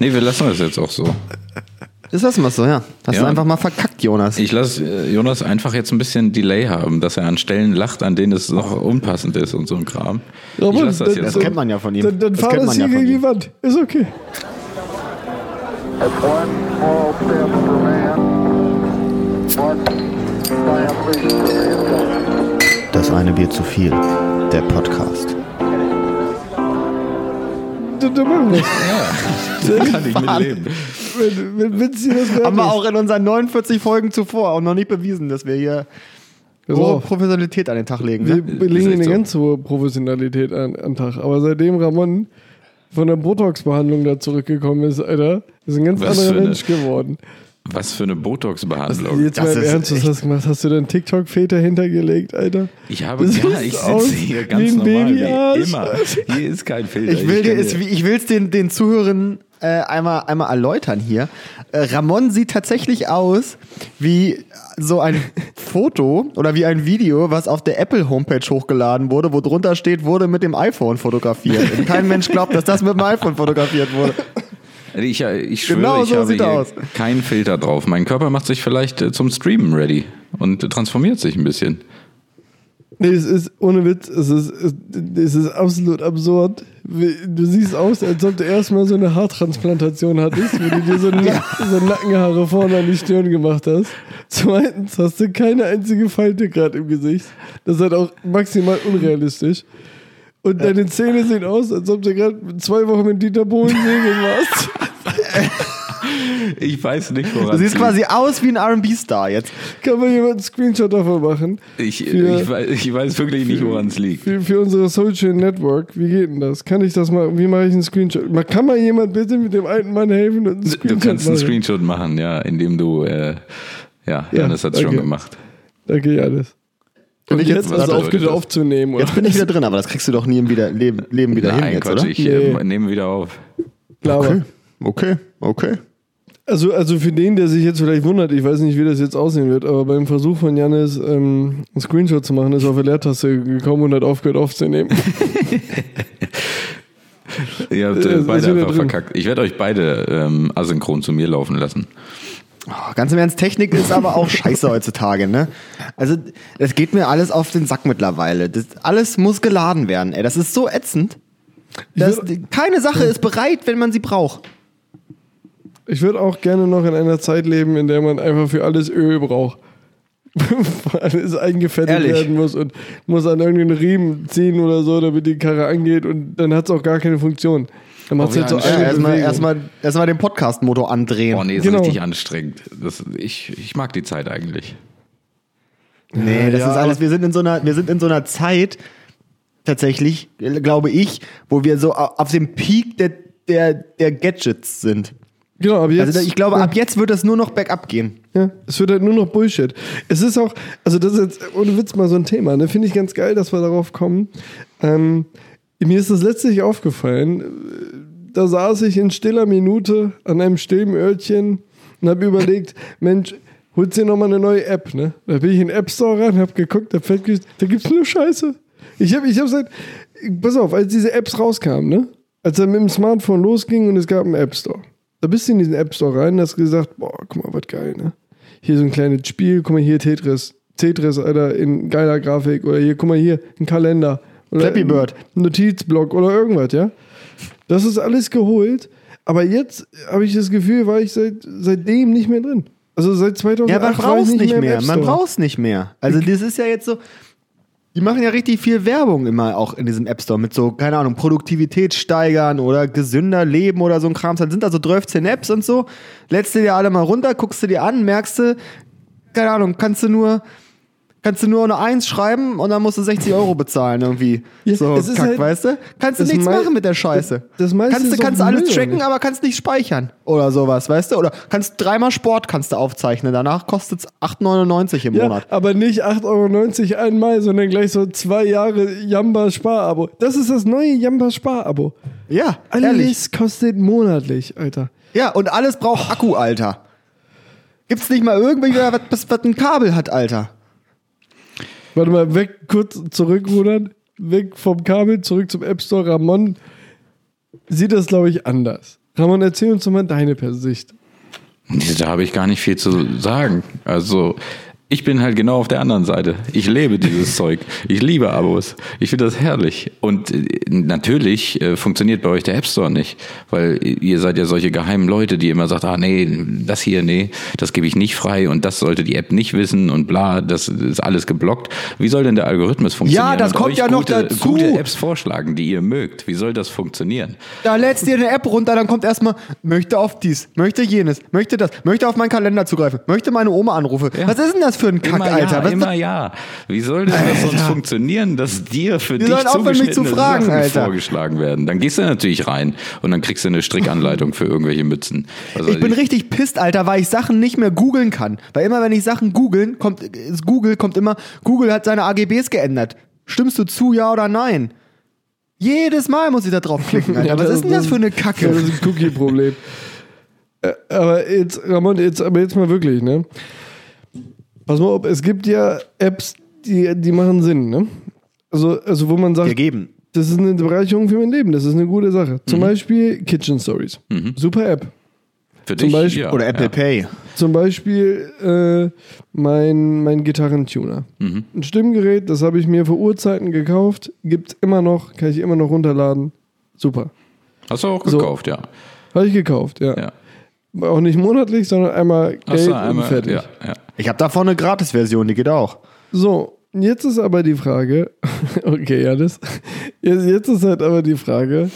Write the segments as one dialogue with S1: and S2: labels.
S1: Nee, wir lassen das jetzt auch so.
S2: Das lassen wir so, ja. Hast
S1: Ja.
S2: du einfach mal verkackt, Jonas.
S1: Ich lasse äh, Jonas einfach jetzt ein bisschen Delay haben, dass er an Stellen lacht, an denen es noch unpassend ist und so ein Kram.
S3: Ja,
S1: ich
S3: Mann,
S1: lasse das
S3: dann-
S1: jetzt
S2: das
S1: so.
S2: kennt man ja von ihm.
S3: Dann, dann
S2: das
S3: fahr
S2: kennt
S3: das hier
S2: man ja von
S3: gegen die
S2: ihm.
S3: Wand. Ist okay.
S4: That's one small step for man, one giant leap for mankind.
S2: Das eine Bier zu viel. Der Podcast.
S3: Dann, dann machen wir's.
S1: Das kann ich mitleben.
S3: wenn, wenn Vinci das wert
S2: Haben wir
S3: ist.
S2: auch in unseren 49 Folgen zuvor auch noch nicht bewiesen, dass wir hier
S3: Pass
S2: hohe
S3: auf.
S2: Professionalität an den Tag legen.
S3: Wir
S2: Ne?
S3: legen
S1: echt
S3: eine
S1: so.
S3: ganz hohe Professionalität an, an den Tag. Aber seitdem Ramon von der Botox-Behandlung da zurückgekommen ist, Alter, ist ein ganz
S1: Was für
S3: anderer
S1: eine-
S3: Mensch geworden.
S1: Was für eine Botox-Behandlung.
S3: Jetzt mal im
S2: ist
S3: Ernst, was
S2: echt-
S3: hast du gemacht? Hast du deinen TikTok-Väter hintergelegt, Alter?
S1: Ich habe,
S3: Das
S1: ja,
S3: sieht
S1: ich
S3: aus
S1: sitze hier
S3: wie
S1: ganz
S3: ein
S1: normal, wie
S3: Babyarsch.
S1: immer. Hier ist kein Filter.
S2: Ich will dir,
S1: kann
S2: es, ich will's den, den Zuhörern äh, einmal, einmal erläutern hier. Äh, Ramon sieht tatsächlich aus wie so ein Foto oder wie ein Video, was auf der Apple Homepage hochgeladen wurde, wo drunter steht, wurde mit dem iPhone fotografiert. Und kein Mensch glaubt, dass das mit dem iPhone fotografiert wurde.
S1: Ich, äh, ich schwöre,
S2: Genau
S1: ich
S2: so
S1: habe
S2: sieht er
S1: hier
S2: aus.
S1: keinen Filter drauf. Mein Körper macht sich vielleicht äh, zum Streamen ready und transformiert sich ein bisschen.
S3: Nee, es ist ohne Witz, es ist, es ist absolut absurd. Wie- Du siehst aus, als ob du erstmal so eine Haartransplantation hattest, wo du dir so, Na so Nackenhaare vorne an die Stirn gemacht hast. Zweitens hast du keine einzige Falte gerade im Gesicht. Das ist halt auch maximal unrealistisch. Und deine Zähne sehen aus, als ob du gerade zwei Wochen mit Dieter Bohlen segeln warst.
S1: Ich weiß nicht, woran
S2: Du
S1: es
S2: siehst
S1: liegt.
S2: quasi aus wie ein RB-Star jetzt.
S3: Kann mal jemand einen Screenshot davon machen?
S1: Ich,
S3: Für-
S1: ich, weiß, ich weiß wirklich nicht, woran es liegt.
S3: Für, für unsere Social Network, wie geht denn das? Kann ich das mal, wie mache ich einen Screenshot? Man, kann mal jemand bitte mit dem alten Mann helfen und einen Screenshot
S1: Du kannst einen
S3: machen?
S1: Screenshot machen, ja, indem du, äh, ja, Johannes hat es schon
S3: danke.
S1: gemacht.
S3: Da geht alles.
S2: Bin
S3: Und
S2: ich
S3: jetzt,
S2: jetzt,
S3: also
S1: was
S3: auf,
S1: bedeutet das?
S3: aufzunehmen, oder?
S2: jetzt bin ich wieder drin, aber das kriegst du doch nie im wieder, Leben, Leben wieder hin
S1: Nein,
S2: jetzt,
S1: Quatsch,
S2: oder?
S1: ich äh,
S3: Nee.
S1: nehme wieder auf.
S3: Klar, aber-
S2: Okay, okay, okay.
S3: Also, also für den, der sich jetzt vielleicht wundert, ich weiß nicht, wie das jetzt aussehen wird, aber beim Versuch von Janis, ähm, einen Screenshot zu machen, ist er auf der Leertaste gekommen und hat aufgehört aufzunehmen.
S1: Ihr habt
S3: Äh,
S1: äh,
S3: ist
S1: beide
S3: wieder
S1: einfach
S3: drin.
S1: verkackt. Ich werde euch beide ähm, asynchron zu mir laufen lassen.
S2: Oh, Ganz im Ernst, Technik ist aber auch scheiße heutzutage, ne? Also, das geht mir alles auf den Sack mittlerweile. Das, alles muss geladen werden, ey. Das ist so ätzend. Das, keine Sache ist bereit, wenn man sie braucht.
S3: Ich würde auch gerne noch in einer Zeit leben, in der man einfach für alles Öl braucht. Weil alles eingefettet
S2: Ehrlich?
S3: werden muss und muss an irgendeinen Riemen ziehen oder so, damit die Karre angeht und dann hat es auch gar keine Funktion. Dann macht es
S1: Oh,
S3: halt so
S1: wie
S3: eine
S1: anstrengend.
S3: Bewegung.
S2: Erstmal erstmal, erstmal den Podcast-Motor andrehen.
S1: Oh nee, ist
S3: Genau.
S1: richtig anstrengend. Das, ich, ich mag die Zeit eigentlich.
S2: Nee, Äh, das
S3: Ja,
S2: ist alles. Wir sind in so einer, wir sind in so einer Zeit tatsächlich, glaube ich, wo wir so au- auf dem Peak der, der, der Gadgets sind.
S3: Genau, aber jetzt,
S2: Also ich glaube, ab jetzt wird das nur noch bergab gehen.
S3: Ja, es wird halt nur noch Bullshit. Es ist auch, also das ist jetzt ohne Witz mal so ein Thema, ne? Finde ich ganz geil, dass wir darauf kommen. Ähm, mir ist das letztlich aufgefallen, äh, da saß ich in stiller Minute an einem stillen Örtchen und habe überlegt, Mensch, holst dir nochmal eine neue App, ne? Da bin ich in den App Store ran, habe geguckt, da, fällt, da gibt's nur Scheiße. Ich habe ich hab seit, pass auf, als diese Apps rauskamen, ne? Als er mit dem Smartphone losging und es gab einen App Store. Da bist du in diesen App Store rein und hast gesagt, boah, guck mal, was geil, ne? Hier so ein kleines Spiel, guck mal hier Tetris. Tetris, Alter, in geiler Grafik. Oder hier, guck mal hier, ein Kalender. Oder
S2: Flappy
S3: ein
S2: Bird.
S3: Notizblock oder irgendwas, ja? Das ist alles geholt. Aber jetzt habe ich das Gefühl, war ich seit, seitdem nicht mehr drin. Also seit 2008
S2: Ja, man
S3: war ich
S2: braucht's nicht
S3: im
S2: mehr.
S3: App
S2: Man
S3: Store.
S2: braucht's nicht mehr. Also das ist ja jetzt so. Die machen ja richtig viel Werbung immer auch in diesem App Store mit so, keine Ahnung, Produktivität steigern oder gesünder leben oder so ein Kram. Dann sind da so 13 Apps und so. Lädst du dir alle mal runter, guckst du dir an, merkst du, keine Ahnung, kannst du nur, kannst du nur eine Eins schreiben und dann musst du 60 Euro bezahlen irgendwie.
S3: Ja,
S2: so,
S3: es ist
S2: kack,
S3: halt-
S2: weißt du? Kannst du
S3: das
S2: nichts
S3: mei-
S2: machen mit der Scheiße.
S3: das- das meiste
S2: kannst du
S3: ist doch
S2: kannst du alles
S3: Müll, oder
S2: tracken,
S3: nicht?
S2: aber kannst nicht speichern oder sowas, weißt du? Oder kannst dreimal Sport kannst du aufzeichnen. Danach kostet es 8,99 im
S3: Ja,
S2: Monat.
S3: aber nicht 8,90 Euro einmal, sondern gleich so zwei Jahre Jamba-Sparabo. Das ist das neue Jamba-Sparabo.
S2: Ja,
S3: Alles
S2: ehrlich.
S3: kostet monatlich, Alter.
S2: Ja, und alles
S1: Oh.
S2: braucht Akku, Alter. Gibt's nicht mal irgendwelche, was, was, was ein Kabel hat, Alter?
S3: Warte mal, weg, kurz zurückrudern. Weg vom Kabel, zurück zum App Store. Ramon, sieht das, glaube ich, anders. Ramon, erzähl uns doch mal deine Pers- Sicht.
S1: Nee, Da habe ich gar nicht viel zu sagen. Also, ich bin halt genau auf der anderen Seite. Ich lebe dieses Zeug. Ich liebe Abos. Ich finde das herrlich. Und äh, natürlich äh, funktioniert bei euch der App Store nicht, weil ihr seid ja solche geheimen Leute, die immer sagt, ah nee, das hier, nee, das gebe ich nicht frei und das sollte die App nicht wissen und bla, das ist alles geblockt. Wie soll denn der Algorithmus funktionieren?
S2: das
S1: und
S2: kommt
S1: euch
S2: ja noch
S1: gute,
S2: dazu.
S1: Gute Apps vorschlagen, die ihr mögt. Wie soll das funktionieren?
S2: Da lädst dir eine App runter, dann kommt erstmal, möchte auf dies, möchte jenes, möchte das, möchte auf meinen Kalender zugreifen, möchte meine Oma anrufe.
S1: Ja.
S2: Was ist denn das für ein Kack,
S1: immer
S2: Alter?
S1: Ja,
S2: Was
S1: immer ja. Wie soll denn das sonst funktionieren, dass dir für dich
S2: sollen aufhören, mich zu
S1: zugeschnittene
S2: fragen,
S1: Sachen
S2: Alter.
S1: vorgeschlagen werden? Dann gehst du natürlich rein und dann kriegst du eine Strickanleitung für irgendwelche Mützen. Also
S2: Ich bin richtig pisst, Alter, weil ich Sachen nicht mehr googeln kann. Weil immer, wenn ich Sachen googeln, kommt ist Google kommt immer, Google hat seine AGBs geändert. Stimmst du zu, ja oder nein? Jedes Mal muss ich da drauf klicken, Alter.
S3: Ja,
S2: Was ist denn das für eine
S3: Das
S2: Kacke?
S3: ist ein Cookie-Problem. Äh, aber jetzt, Ramon, jetzt, aber jetzt mal wirklich, ne? Pass mal auf, es gibt ja Apps, die, die machen Sinn, ne? Also, also wo man sagt,
S2: Gegeben.
S3: das ist eine Bereicherung für mein Leben, das ist eine gute Sache. Zum Beispiel Kitchen Stories. Super App.
S1: für
S3: zum Beispiel-
S1: ja,
S2: Oder Apple
S1: ja.
S2: Pay.
S3: Zum Beispiel äh, mein, mein Gitarrentuner. Ein Stimmgerät, das habe ich mir vor Urzeiten gekauft, gibt's immer noch, kann ich immer noch runterladen. Super.
S1: Hast du auch
S3: So.
S1: gekauft, ja.
S3: Habe ich gekauft, ja.
S1: ja.
S3: Auch nicht monatlich, sondern einmal Geld
S1: Hast du
S3: und fertig.
S1: ja, ja.
S2: Ich habe davon eine Gratis-Version, die geht auch.
S3: So, jetzt ist aber die Frage, okay, Janis, jetzt, jetzt ist halt aber die Frage,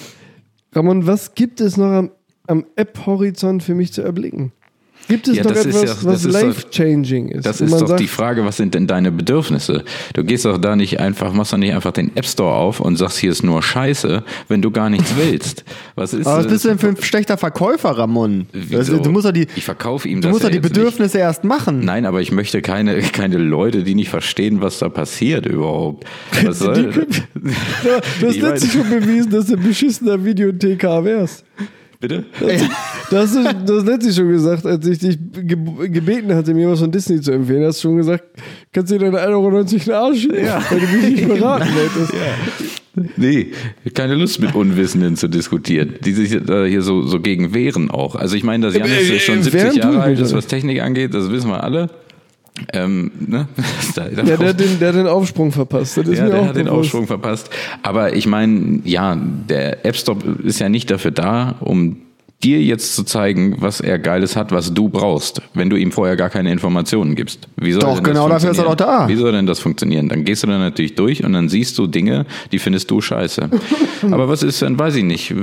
S3: Ramon, was gibt es noch am, am App-Horizont für mich zu erblicken? Gibt es
S1: Ja,
S3: noch
S1: das ist
S3: etwas,
S1: ja- das
S3: was
S1: ist doch-
S3: life-changing ist?
S1: Das
S3: wo
S1: ist
S3: man
S1: doch
S3: sagt,
S1: die Frage, was sind denn deine Bedürfnisse? Du gehst doch da nicht einfach, machst doch nicht einfach den App Store auf und sagst, hier ist nur Scheiße, wenn du gar nichts willst. Was ist
S2: Aber was
S1: das?
S2: bist du denn für ein schlechter Verkäufer, Ramon? Das,
S1: Äh, Wieso?
S2: du musst doch die,
S1: ich verkaufe ihm
S2: du
S1: das
S2: musst
S1: ja
S2: doch die
S1: jetzt nicht.
S2: Bedürfnisse erst machen.
S1: Nein, aber ich möchte keine, keine Leute, die nicht verstehen, was da passiert überhaupt. Was soll
S3: Du hast
S1: Ich weiß-
S3: letztlich schon bewiesen, dass du ein beschissener Videothekar wärst.
S1: Bitte?
S3: Das hast du, du hast letztlich schon gesagt, als ich dich ge gebeten hatte, mir was von Disney zu empfehlen, hast du schon gesagt, kannst du dir deine 1,90 Euro in den Arsch nehmen, weil du mich nicht beraten hättest.
S1: Nee, keine Lust mit Unwissenden zu diskutieren, die sich äh, hier so, so gegen wehren auch. Also ich meine, dass Janis
S3: äh,
S1: schon
S3: äh,
S1: 70
S3: wehren tue
S1: Jahre
S3: ich
S1: alt
S3: mich
S1: ist,
S3: doch
S1: was Technik angeht, das wissen wir alle. Ähm, ne? da, da
S3: Ja, der, hat den, der hat den Aufsprung verpasst. Das ist
S1: ja,
S3: mir
S1: der
S3: auch
S1: hat den
S3: bewusst.
S1: Aufschwung verpasst. Aber ich meine, ja, der App Stop ist ja nicht dafür da, um dir jetzt zu zeigen, was er Geiles hat, was du brauchst, wenn du ihm vorher gar keine Informationen gibst. Wie soll
S2: Doch,
S1: denn
S2: genau
S1: das
S2: dafür ist er
S1: funktionieren?
S2: doch da.
S1: Wie soll denn das funktionieren? Dann gehst du da natürlich durch und dann siehst du Dinge, die findest du scheiße. Aber was ist denn, weiß ich nicht,
S3: ist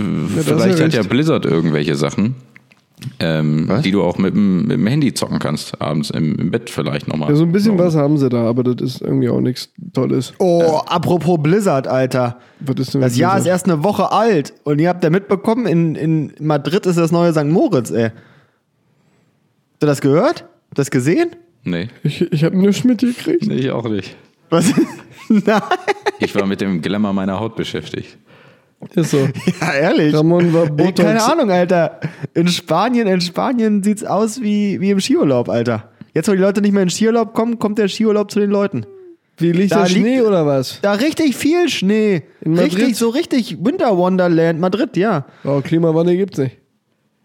S3: ja
S1: vielleicht hat ja
S3: recht.
S1: Blizzard irgendwelche Sachen, ähm, die du auch mit dem, mit dem Handy zocken kannst, abends im, im Bett vielleicht nochmal.
S3: Ja, so ein bisschen was haben sie da, aber das ist irgendwie auch nichts Tolles.
S2: Oh, apropos Blizzard, Alter.
S3: Was ist denn mit
S2: Das Jahr
S3: Blizzard?
S2: ist erst eine Woche alt und ihr habt ja mitbekommen, in, in Madrid ist das neue St. Moritz, ey. Habt ihr das gehört? Habt ihr Das gesehen?
S1: Nee,
S3: Ich, ich habe nichts mitgekriegt.
S1: ich auch nicht.
S2: Was? Nein.
S1: Ich war mit dem Glamour meiner Haut beschäftigt.
S3: Ist so.
S2: Ja, ehrlich.
S3: Ramon war
S2: Ey,
S3: Botox.
S2: keine Ahnung, Alter. In Spanien, in Spanien sieht's aus wie, wie im Skiurlaub, Alter. Jetzt, wo die Leute nicht mehr in den Skiurlaub kommen, kommt der Skiurlaub zu den Leuten.
S3: Wie liegt
S2: Da
S3: der
S2: liegt-
S3: Schnee oder was?
S2: Da richtig viel Schnee.
S3: In Madrid?
S2: Richtig, so richtig Winter Wonderland, Madrid, ja.
S3: Oh, Klimawandel gibt's nicht.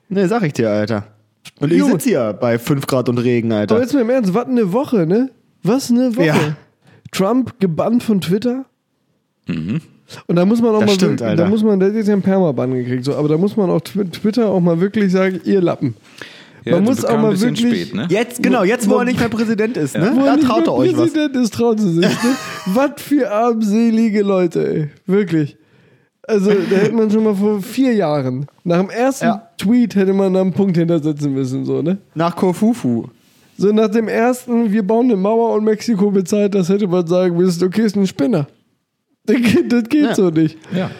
S2: Ne, sag ich dir, Alter. Und ich
S3: Junge.
S2: sitze hier bei 5 Grad und Regen, Alter.
S3: Aber jetzt mal im Ernst, was eine Woche, ne? Was eine Woche.
S2: Ja.
S3: Trump gebannt von Twitter.
S1: Mhm.
S3: Und da muss man auch
S2: Das
S3: mal,
S2: stimmt,
S3: wirklich-
S2: Alter.
S3: da muss man, der hat jetzt ja einen Permaban gekriegt, so, aber da muss man auch Twi- Twitter auch mal wirklich sagen, ihr Lappen.
S1: Ja,
S3: man
S1: das
S3: muss
S1: bekam
S3: auch
S1: ein
S3: mal
S1: bisschen
S3: wirklich,
S1: spät, ne?
S2: Jetzt, genau, jetzt, wo er nicht mehr Präsident ist, ne?
S3: Wo
S2: Da
S3: nicht
S2: traut
S3: mehr
S2: er euch was.
S3: Präsident ist, trauen sie sich. Ne? was für armselige Leute, ey. Wirklich. Also, da hätte man schon mal vor vier Jahren, nach dem ersten
S2: Ja.
S3: Tweet hätte man da einen Punkt hintersetzen müssen, so, ne?
S2: Nach Kofufu.
S3: So nach dem ersten, wir bauen eine Mauer und Mexiko bezahlt, das hätte man sagen müssen, okay, ist ein Spinner. Das geht, das geht
S2: Ja.
S3: so nicht.
S1: Ja.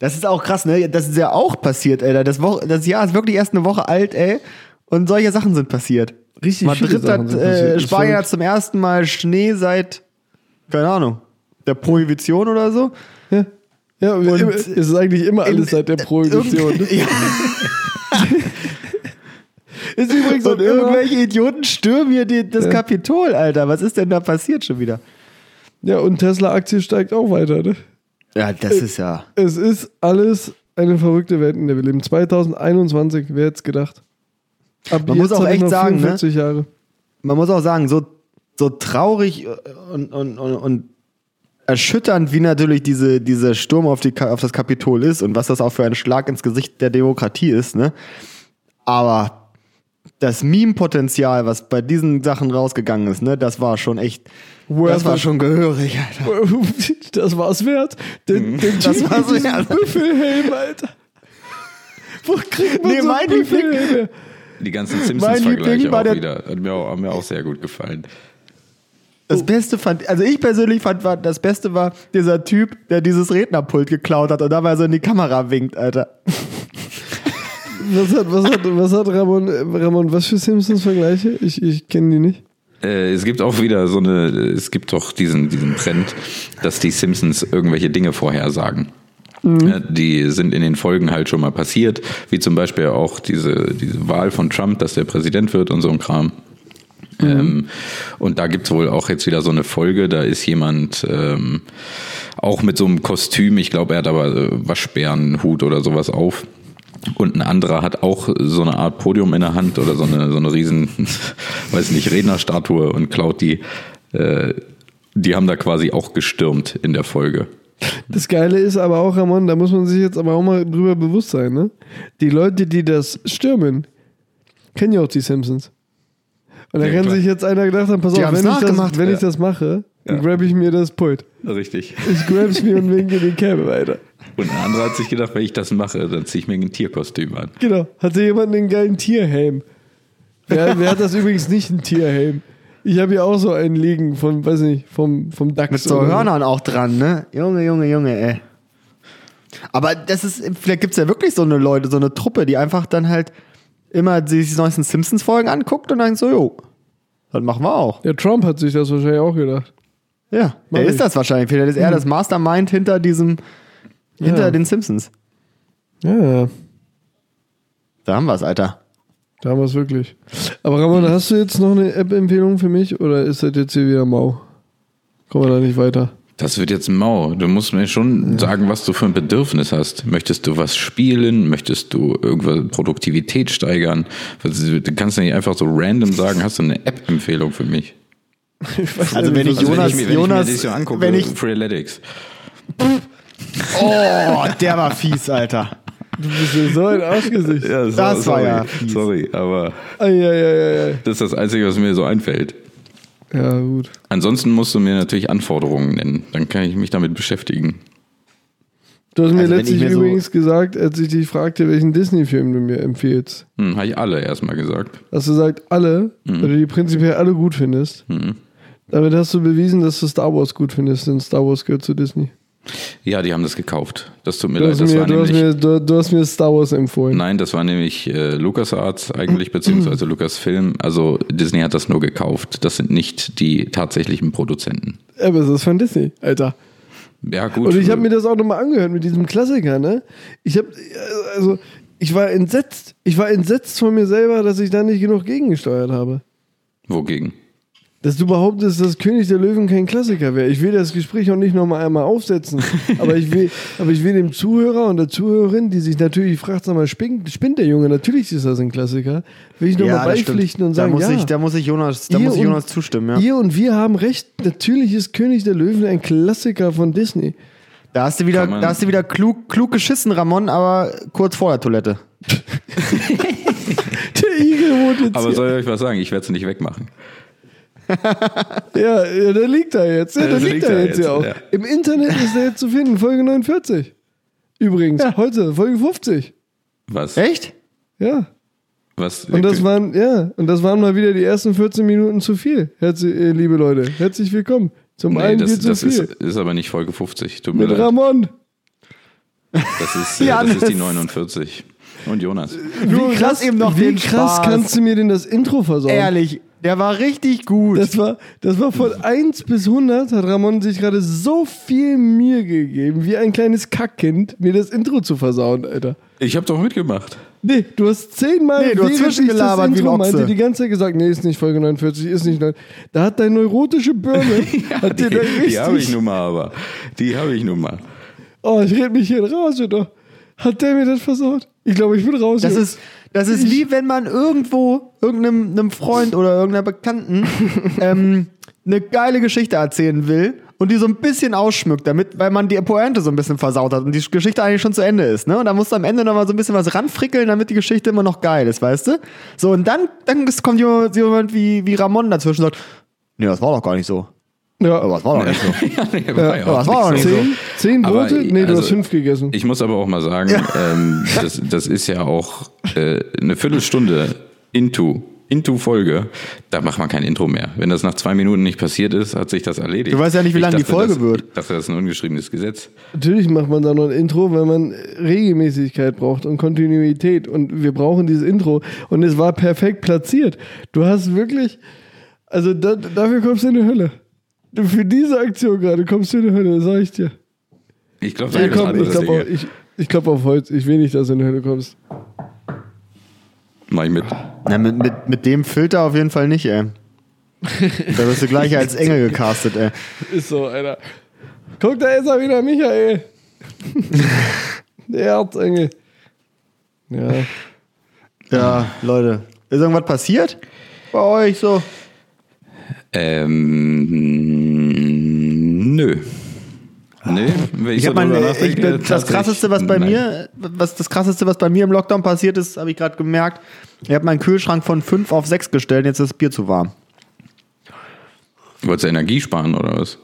S2: Das ist auch krass, ne? Das ist ja auch passiert, Alter. Das, Woche, das Jahr ist wirklich erst eine Woche alt, ey. Und solche Sachen sind passiert.
S3: Richtig viele
S2: Madrid
S3: Sachen
S2: hat,
S3: sind passiert.
S2: äh,
S3: Ist
S2: Spanien
S3: verrückt.
S2: hat zum ersten Mal Schnee seit, keine Ahnung, der Prohibition oder so.
S3: Ja, ne? ja und
S2: Und
S3: immer, es ist eigentlich immer alles seit der Prohibition. Ne?
S2: äh, Irgend- ja.
S3: Ist übrigens auch
S2: Und
S3: immer,
S2: irgendwelche Idioten stürmen hier die, das
S3: Ja.
S2: Kapitol, Alter. Was ist denn da passiert schon wieder?
S3: Ja, und Tesla-Aktie steigt auch weiter, ne?
S2: Ja, das ist ja.
S3: Es ist alles eine verrückte Welt, in der wir leben. 2021, wer hätte es gedacht? Ab
S2: Man muss auch
S3: habe ich
S2: echt
S3: noch
S2: sagen, ne?
S3: 45 Jahre.
S2: man muss auch sagen, so, so traurig äh, und, und, und, und erschütternd, wie natürlich diese, dieser Sturm auf, die, Ka- auf das Kapitol ist und was das auch für ein Schlag ins Gesicht der Demokratie ist, ne? Aber das Meme-Potenzial, was bei diesen Sachen rausgegangen ist, ne, das war schon echt.
S3: Worth
S2: das war
S3: it.
S2: schon gehörig,
S3: Oh.
S2: Alter.
S3: Das war's wert. Den, den
S2: Das
S3: Typ
S2: war's
S3: mit diesem
S2: wert.
S3: Büffelhelm, Alter. Wo kriegt man
S2: Nee,
S3: so
S2: mein
S3: einen Büffelhelm?
S1: Die ganzen
S2: Liebling
S1: Simpsons-Vergleiche
S2: bei
S1: auch
S2: der-
S1: wieder. Hat mir auch, haben mir auch sehr gut gefallen.
S2: Das Beste fand, also ich persönlich fand, war, das Beste war dieser Typ, der dieses Rednerpult geklaut hat und dabei so in die Kamera winkt, Alter.
S3: Was hat, was hat, was hat Ramon, äh, Ramon, was für Simpsons-Vergleiche? Ich, ich kenne die nicht.
S1: Äh, es gibt auch wieder so eine, es gibt doch diesen, diesen Trend, dass die Simpsons irgendwelche Dinge vorhersagen.
S3: Mhm.
S1: Ja, Die sind in den Folgen halt schon mal passiert, wie zum Beispiel auch diese, diese Wahl von Trump, dass der Präsident wird und so ein Kram.
S3: Mhm.
S1: Ähm, und da gibt's wohl auch jetzt wieder so eine Folge, da ist jemand ähm, auch mit so einem Kostüm, ich glaube, er hat aber äh, Waschbärenhut oder sowas auf. Und ein anderer hat auch so eine Art Podium in der Hand oder so eine, so eine riesen, weiß nicht, Rednerstatue und klaut die. Äh, die haben da quasi auch gestürmt in der Folge.
S3: Das Geile ist aber auch, Ramon, da muss man sich jetzt aber auch mal drüber bewusst sein, ne? Die Leute, die das stürmen, kennen ja auch die Simpsons. Und da
S1: Ja,
S3: kann
S1: klar.
S3: sich jetzt einer gedacht haben, pass
S2: Die
S3: auf,
S2: haben's
S3: wenn, ich das,
S2: nachgemacht.
S3: wenn ich
S2: Ja.
S3: das mache,
S1: Ja.
S3: dann grab ich mir das Pult.
S1: Richtig.
S3: Ich grab's mir und winke den Cam weiter.
S1: Und ein anderer hat sich gedacht, wenn ich das mache, dann ziehe ich mir ein Tierkostüm an.
S3: Genau. Hatte jemand einen geilen Tierhelm? Wer, wer hat das übrigens nicht, einen Tierhelm? Ich habe hier auch so einen liegen von, weiß nicht, vom, vom Dachs.
S2: Mit so
S3: oder
S2: Hörnern auch dran, ne? Junge, Junge, Junge, ey. Aber das ist, vielleicht gibt es ja wirklich so eine Leute, so eine Truppe, die einfach dann halt immer die die neuesten Simpsons-Folgen anguckt und dann so, jo, dann machen wir auch.
S3: Der Trump hat sich das wahrscheinlich auch gedacht.
S2: Ja,
S3: Mach
S2: der
S3: ich.
S2: ist das wahrscheinlich. Vielleicht ist er das Mastermind hinter diesem, hinter
S3: Ja.
S2: den Simpsons.
S3: Ja, ja.
S2: Da haben wir es, Alter.
S3: Da haben wir es wirklich. Aber Ramon, hast du jetzt noch eine App-Empfehlung für mich oder ist das jetzt hier wieder mau? Kommen wir da nicht weiter.
S1: Das wird jetzt mau. Du musst mir schon sagen, was du für ein Bedürfnis hast. Möchtest du was spielen? Möchtest du irgendwas Produktivität steigern? Was- Du kannst ja nicht einfach so random sagen, hast du eine App-Empfehlung für mich?
S2: Also wenn ich
S1: Also
S2: Jonas,
S1: wenn ich, mir-
S2: Jonas,
S1: wenn ich mir das so angucke,
S2: wenn ich,
S1: Freeletics.
S2: oh, der war fies, Alter.
S3: Du bist ja so ein Arschgesicht. ja.
S1: so-
S2: Das war
S1: sorry,
S2: ja fies.
S1: Sorry, aber
S3: Eieieiei.
S1: das ist das Einzige, was mir so einfällt.
S3: Ja, gut.
S1: Ansonsten musst du mir natürlich Anforderungen nennen. Dann kann ich mich damit beschäftigen.
S3: Du hast mir
S2: Also wenn ich
S3: letztlich
S2: mir so-
S3: übrigens gesagt, als ich dich fragte, welchen Disney-Film du mir empfiehlst,
S1: Hm, Habe ich alle erstmal gesagt.
S3: hast du gesagt, alle,
S2: Mhm.
S3: weil du die prinzipiell alle gut findest. Damit hast du bewiesen, dass du Star Wars gut findest, denn Star Wars gehört zu Disney.
S1: Ja, die haben das gekauft. Das tut mir
S3: Du
S1: leid.
S3: hast,
S1: Das
S3: mir,
S1: war
S3: du, hast mir,
S1: nämlich
S3: du, du hast mir Star Wars empfohlen.
S1: Nein, das war nämlich äh, LucasArts eigentlich, beziehungsweise Lucasfilm. Also Disney hat das nur gekauft. Das sind nicht die tatsächlichen Produzenten.
S3: Aber es ist von Disney, Alter.
S1: Ja, gut.
S3: Und ich habe mir das auch nochmal angehört mit diesem Klassiker, ne? Ich habe, also, ich war entsetzt. Ich war entsetzt von mir selber, dass ich da nicht genug gegengesteuert habe.
S1: Wogegen?
S3: Dass du behauptest, dass König der Löwen kein Klassiker wäre. Ich will das Gespräch auch nicht nochmal einmal aufsetzen. aber, ich will, aber ich will dem Zuhörer und der Zuhörerin, die sich natürlich fragt, sag mal, spinnt, spinnt der Junge? Natürlich ist das ein Klassiker. Will ich nochmal
S2: das stimmt.
S3: beipflichten und sagen,
S2: da muss
S3: ja.
S2: ich, da muss ich Jonas, da
S3: Ihr
S2: muss ich
S3: und-
S2: Jonas zustimmen, ja.
S3: Ihr und wir haben recht. Natürlich ist König der Löwen ein Klassiker von Disney.
S2: Da hast du wieder,
S1: Kann man-
S2: da hast du wieder klug, klug geschissen, Ramon, aber kurz vor der Toilette.
S3: Der Igel wohnt jetzt
S1: Aber
S3: hier.
S1: soll ich euch was sagen? Ich werde es nicht wegmachen.
S3: Ja, ja, der liegt da jetzt. Ja, der, liegt, da jetzt, ja auch.
S1: ja.
S3: Im Internet ist der jetzt zu finden, Folge 49. Übrigens, heute, Folge 50.
S1: Was?
S2: Echt?
S3: Ja.
S1: Was?
S3: Und das waren, ja, und das waren mal wieder die ersten 14 Minuten zu viel. Herzlich, äh, liebe Leute, herzlich willkommen. Zum
S1: Nee,
S3: einen
S1: das,
S3: viel zu
S1: das ist, äh,
S3: viel.
S1: ist aber nicht Folge 50. Tut mir
S3: Mit
S1: leid.
S3: Ramon.
S1: Das ist, äh,
S2: Ja,
S1: das ist die
S2: das-
S1: 49. Und Jonas.
S2: Wie krass eben noch
S3: wie
S2: den
S3: krass
S2: Spaß.
S3: kannst du mir denn das Intro versauen?
S2: Ehrlich, der war richtig gut.
S3: Das war, das war von 1 bis 100 hat Ramon sich gerade so viel Mühe gegeben, wie ein kleines Kackkind, mir das Intro zu versauen, Alter.
S1: Ich habe doch mitgemacht.
S3: Nee, du hast zehnmal
S2: Nee, du hast
S3: während ich das
S2: zwischengelabert wie ein
S3: Intro
S2: Ochse.
S3: meinte, die ganze Zeit gesagt, nee, ist nicht Folge 49, ist nicht neun. Da hat deine neurotische Birne, hat dir
S1: Die,
S3: da
S1: die habe ich
S3: richtig,
S1: nun mal aber. Die habe ich nun mal.
S3: Oh, ich rede mich hier in Rage doch. Hat der mir das versaut? Ich glaube, ich bin raus.
S2: Das
S3: hier.
S2: ist, das ist wie wenn man irgendwo irgendeinem einem Freund oder irgendeiner Bekannten ähm, eine geile Geschichte erzählen will und die so ein bisschen ausschmückt, damit, weil man die Pointe so ein bisschen versaut hat und die Geschichte eigentlich schon zu Ende ist. Ne? Und da musst du am Ende nochmal so ein bisschen was ranfrickeln, damit die Geschichte immer noch geil ist, weißt du? So, und dann, dann ist- kommt jemand, jemand wie, wie Ramon dazwischen und sagt, nee, das war doch gar nicht so.
S3: ja,
S2: Aber das war doch nicht so.
S1: Ja, war ja
S2: aber
S1: auch
S2: das war
S1: nicht
S2: auch
S1: so.
S3: zehn, zehn
S1: Aber,
S3: Brote? nee, du
S1: also,
S3: hast fünf gegessen.
S1: Ich muss aber auch mal sagen, ähm, das, das ist ja auch äh, eine Viertelstunde into, into Folge. Da macht man kein Intro mehr. Wenn das nach zwei Minuten nicht passiert ist, hat sich das erledigt.
S2: Du weißt ja nicht, wie
S1: Ich
S2: lang die
S1: dachte,
S2: Folge
S1: das,
S2: wird.
S1: Ich dachte, das ist ein ungeschriebenes Gesetz.
S3: Natürlich macht man da noch ein Intro, weil man Regelmäßigkeit braucht und Kontinuität. Und wir brauchen dieses Intro. Und es war perfekt platziert. Du hast wirklich. Also da, dafür kommst du in die Hölle. Du- Für diese Aktion gerade kommst du in die Hölle, das sag ich dir.
S1: Ich glaube, da
S3: Ja,
S1: gibt es
S3: komm, ich
S1: andere
S3: glaube auf,
S1: Dinge.
S3: ich, ich glaub auf Holz. Ich will nicht, dass du in die Hölle kommst.
S1: Mach ich mit.
S2: Na, mit, mit, mit dem Filter auf jeden Fall nicht, ey. Da wirst du gleich als Engel gecastet, ey.
S3: Ist so, Alter. Guck, da ist er wieder, Michael. Der Erzengel. Ja.
S2: Ja, Leute. Ist irgendwas passiert? Bei euch so?
S1: Ähm, nö. Nö, wenn
S2: Ah. Ich
S1: so
S2: hab mein,
S1: drüber
S2: ich
S1: nachdenke,
S2: bin, das
S1: tatsächlich-
S2: krasseste, was bei
S1: nein.
S2: mir, was das krasseste, was bei mir im Lockdown passiert ist, habe ich gerade gemerkt. Ich habe meinen Kühlschrank von 5 auf 6 gestellt, jetzt ist das Bier zu warm.
S1: Wolltest du Energie sparen oder was?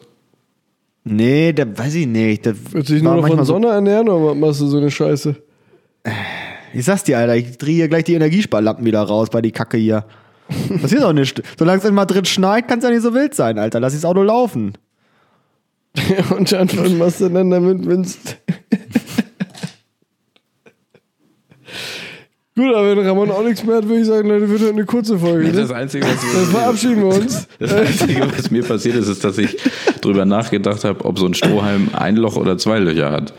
S2: Nee, da weiß ich nicht. Das
S3: Willst du dich nur noch von Sonne ernähren oder machst du so eine Scheiße?
S2: So, ich sag's dir, Alter, ich drehe hier gleich die Energiesparlampen wieder raus bei die Kacke hier. Das ist auch nicht. Solange es in Madrid schneit, kann's ja nicht so wild sein, Alter. Lass ich das Auto laufen.
S3: Und dann was machst du denn damit, wenn's. Gut, aber wenn Ramon auch nichts mehr hat, würde ich sagen, Leute, wird heute eine kurze Folge.
S1: Das
S3: Ne?
S1: Einzige, was
S3: Dann verabschieden wir uns.
S1: Das Einzige, was mir passiert ist, ist, dass ich drüber nachgedacht habe, ob so ein Strohhalm ein Loch oder zwei Löcher hat.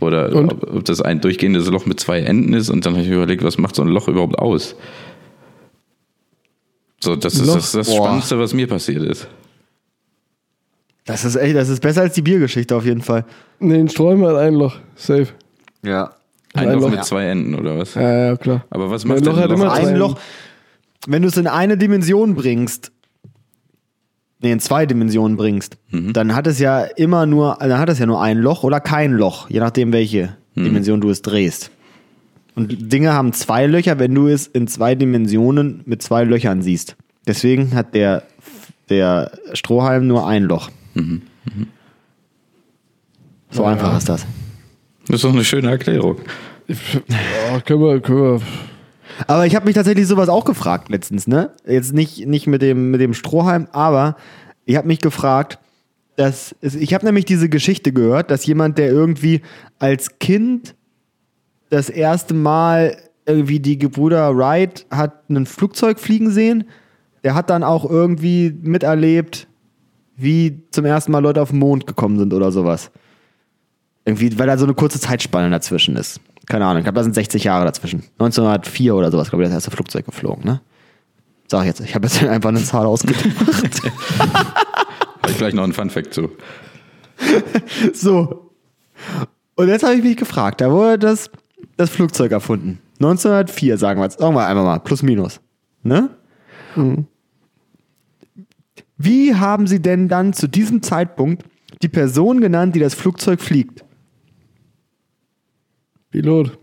S1: Oder
S3: Und?
S1: ob, ob das ein durchgehendes Loch mit zwei Enden ist. Und dann habe ich mir überlegt, was macht so ein Loch überhaupt aus? So, das ist
S3: Loch?
S1: das, das
S2: Boah.
S1: Spannendste, was mir passiert ist.
S2: Das ist echt, das ist besser als die Biergeschichte auf jeden Fall.
S3: Nee, ein Sträumer hat ein Loch. Safe.
S2: Ja.
S1: Ein,
S3: Ein
S1: Loch,
S3: Loch,
S1: mit
S2: ja.
S1: zwei Enden, oder was?
S3: Ja, ja, klar.
S1: Aber was
S3: Ein
S1: macht
S3: Loch
S1: denn
S3: hat
S1: ein
S3: immer
S1: Loch?
S3: zwei-
S2: ein
S3: Zwei-
S2: Loch, wenn du es in eine Dimension bringst, nee, in zwei Dimensionen bringst, dann hat es ja immer nur, dann hat es ja nur ein Loch oder kein Loch, je nachdem welche Dimension du es drehst. Und Dinge haben zwei Löcher, wenn du es in zwei Dimensionen mit zwei Löchern siehst. Deswegen hat der, der Strohhalm nur ein Loch. Mhm. So einfach ist das.
S1: Das ist doch eine schöne Erklärung.
S3: Ja, können wir, können wir.
S2: Aber ich habe mich tatsächlich sowas auch gefragt letztens, ne? Jetzt nicht, nicht mit, dem, mit dem Strohhalm, aber ich habe mich gefragt, dass es, ich habe nämlich diese Geschichte gehört, dass jemand, der irgendwie als Kind das erste Mal irgendwie die Gebrüder Wright hat ein Flugzeug fliegen sehen, der hat dann auch irgendwie miterlebt, wie zum ersten Mal Leute auf den Mond gekommen sind oder sowas. Irgendwie, weil da so eine kurze Zeitspanne dazwischen ist. Keine Ahnung, ich glaube, da sind 60 Jahre dazwischen. 1904 oder sowas, glaube ich, das erste Flugzeug geflogen, ne? Sag ich jetzt, ich habe jetzt einfach eine Zahl ausgedacht.
S1: Habe ich gleich noch einen Funfact zu.
S2: so. Und jetzt habe ich mich gefragt, da wurde das, das Flugzeug erfunden. 1904, sagen wir jetzt. Sagen wir einfach mal, plus minus. Ne? Wie haben Sie denn dann zu diesem Zeitpunkt die Person genannt, die das Flugzeug fliegt?
S3: Pilot.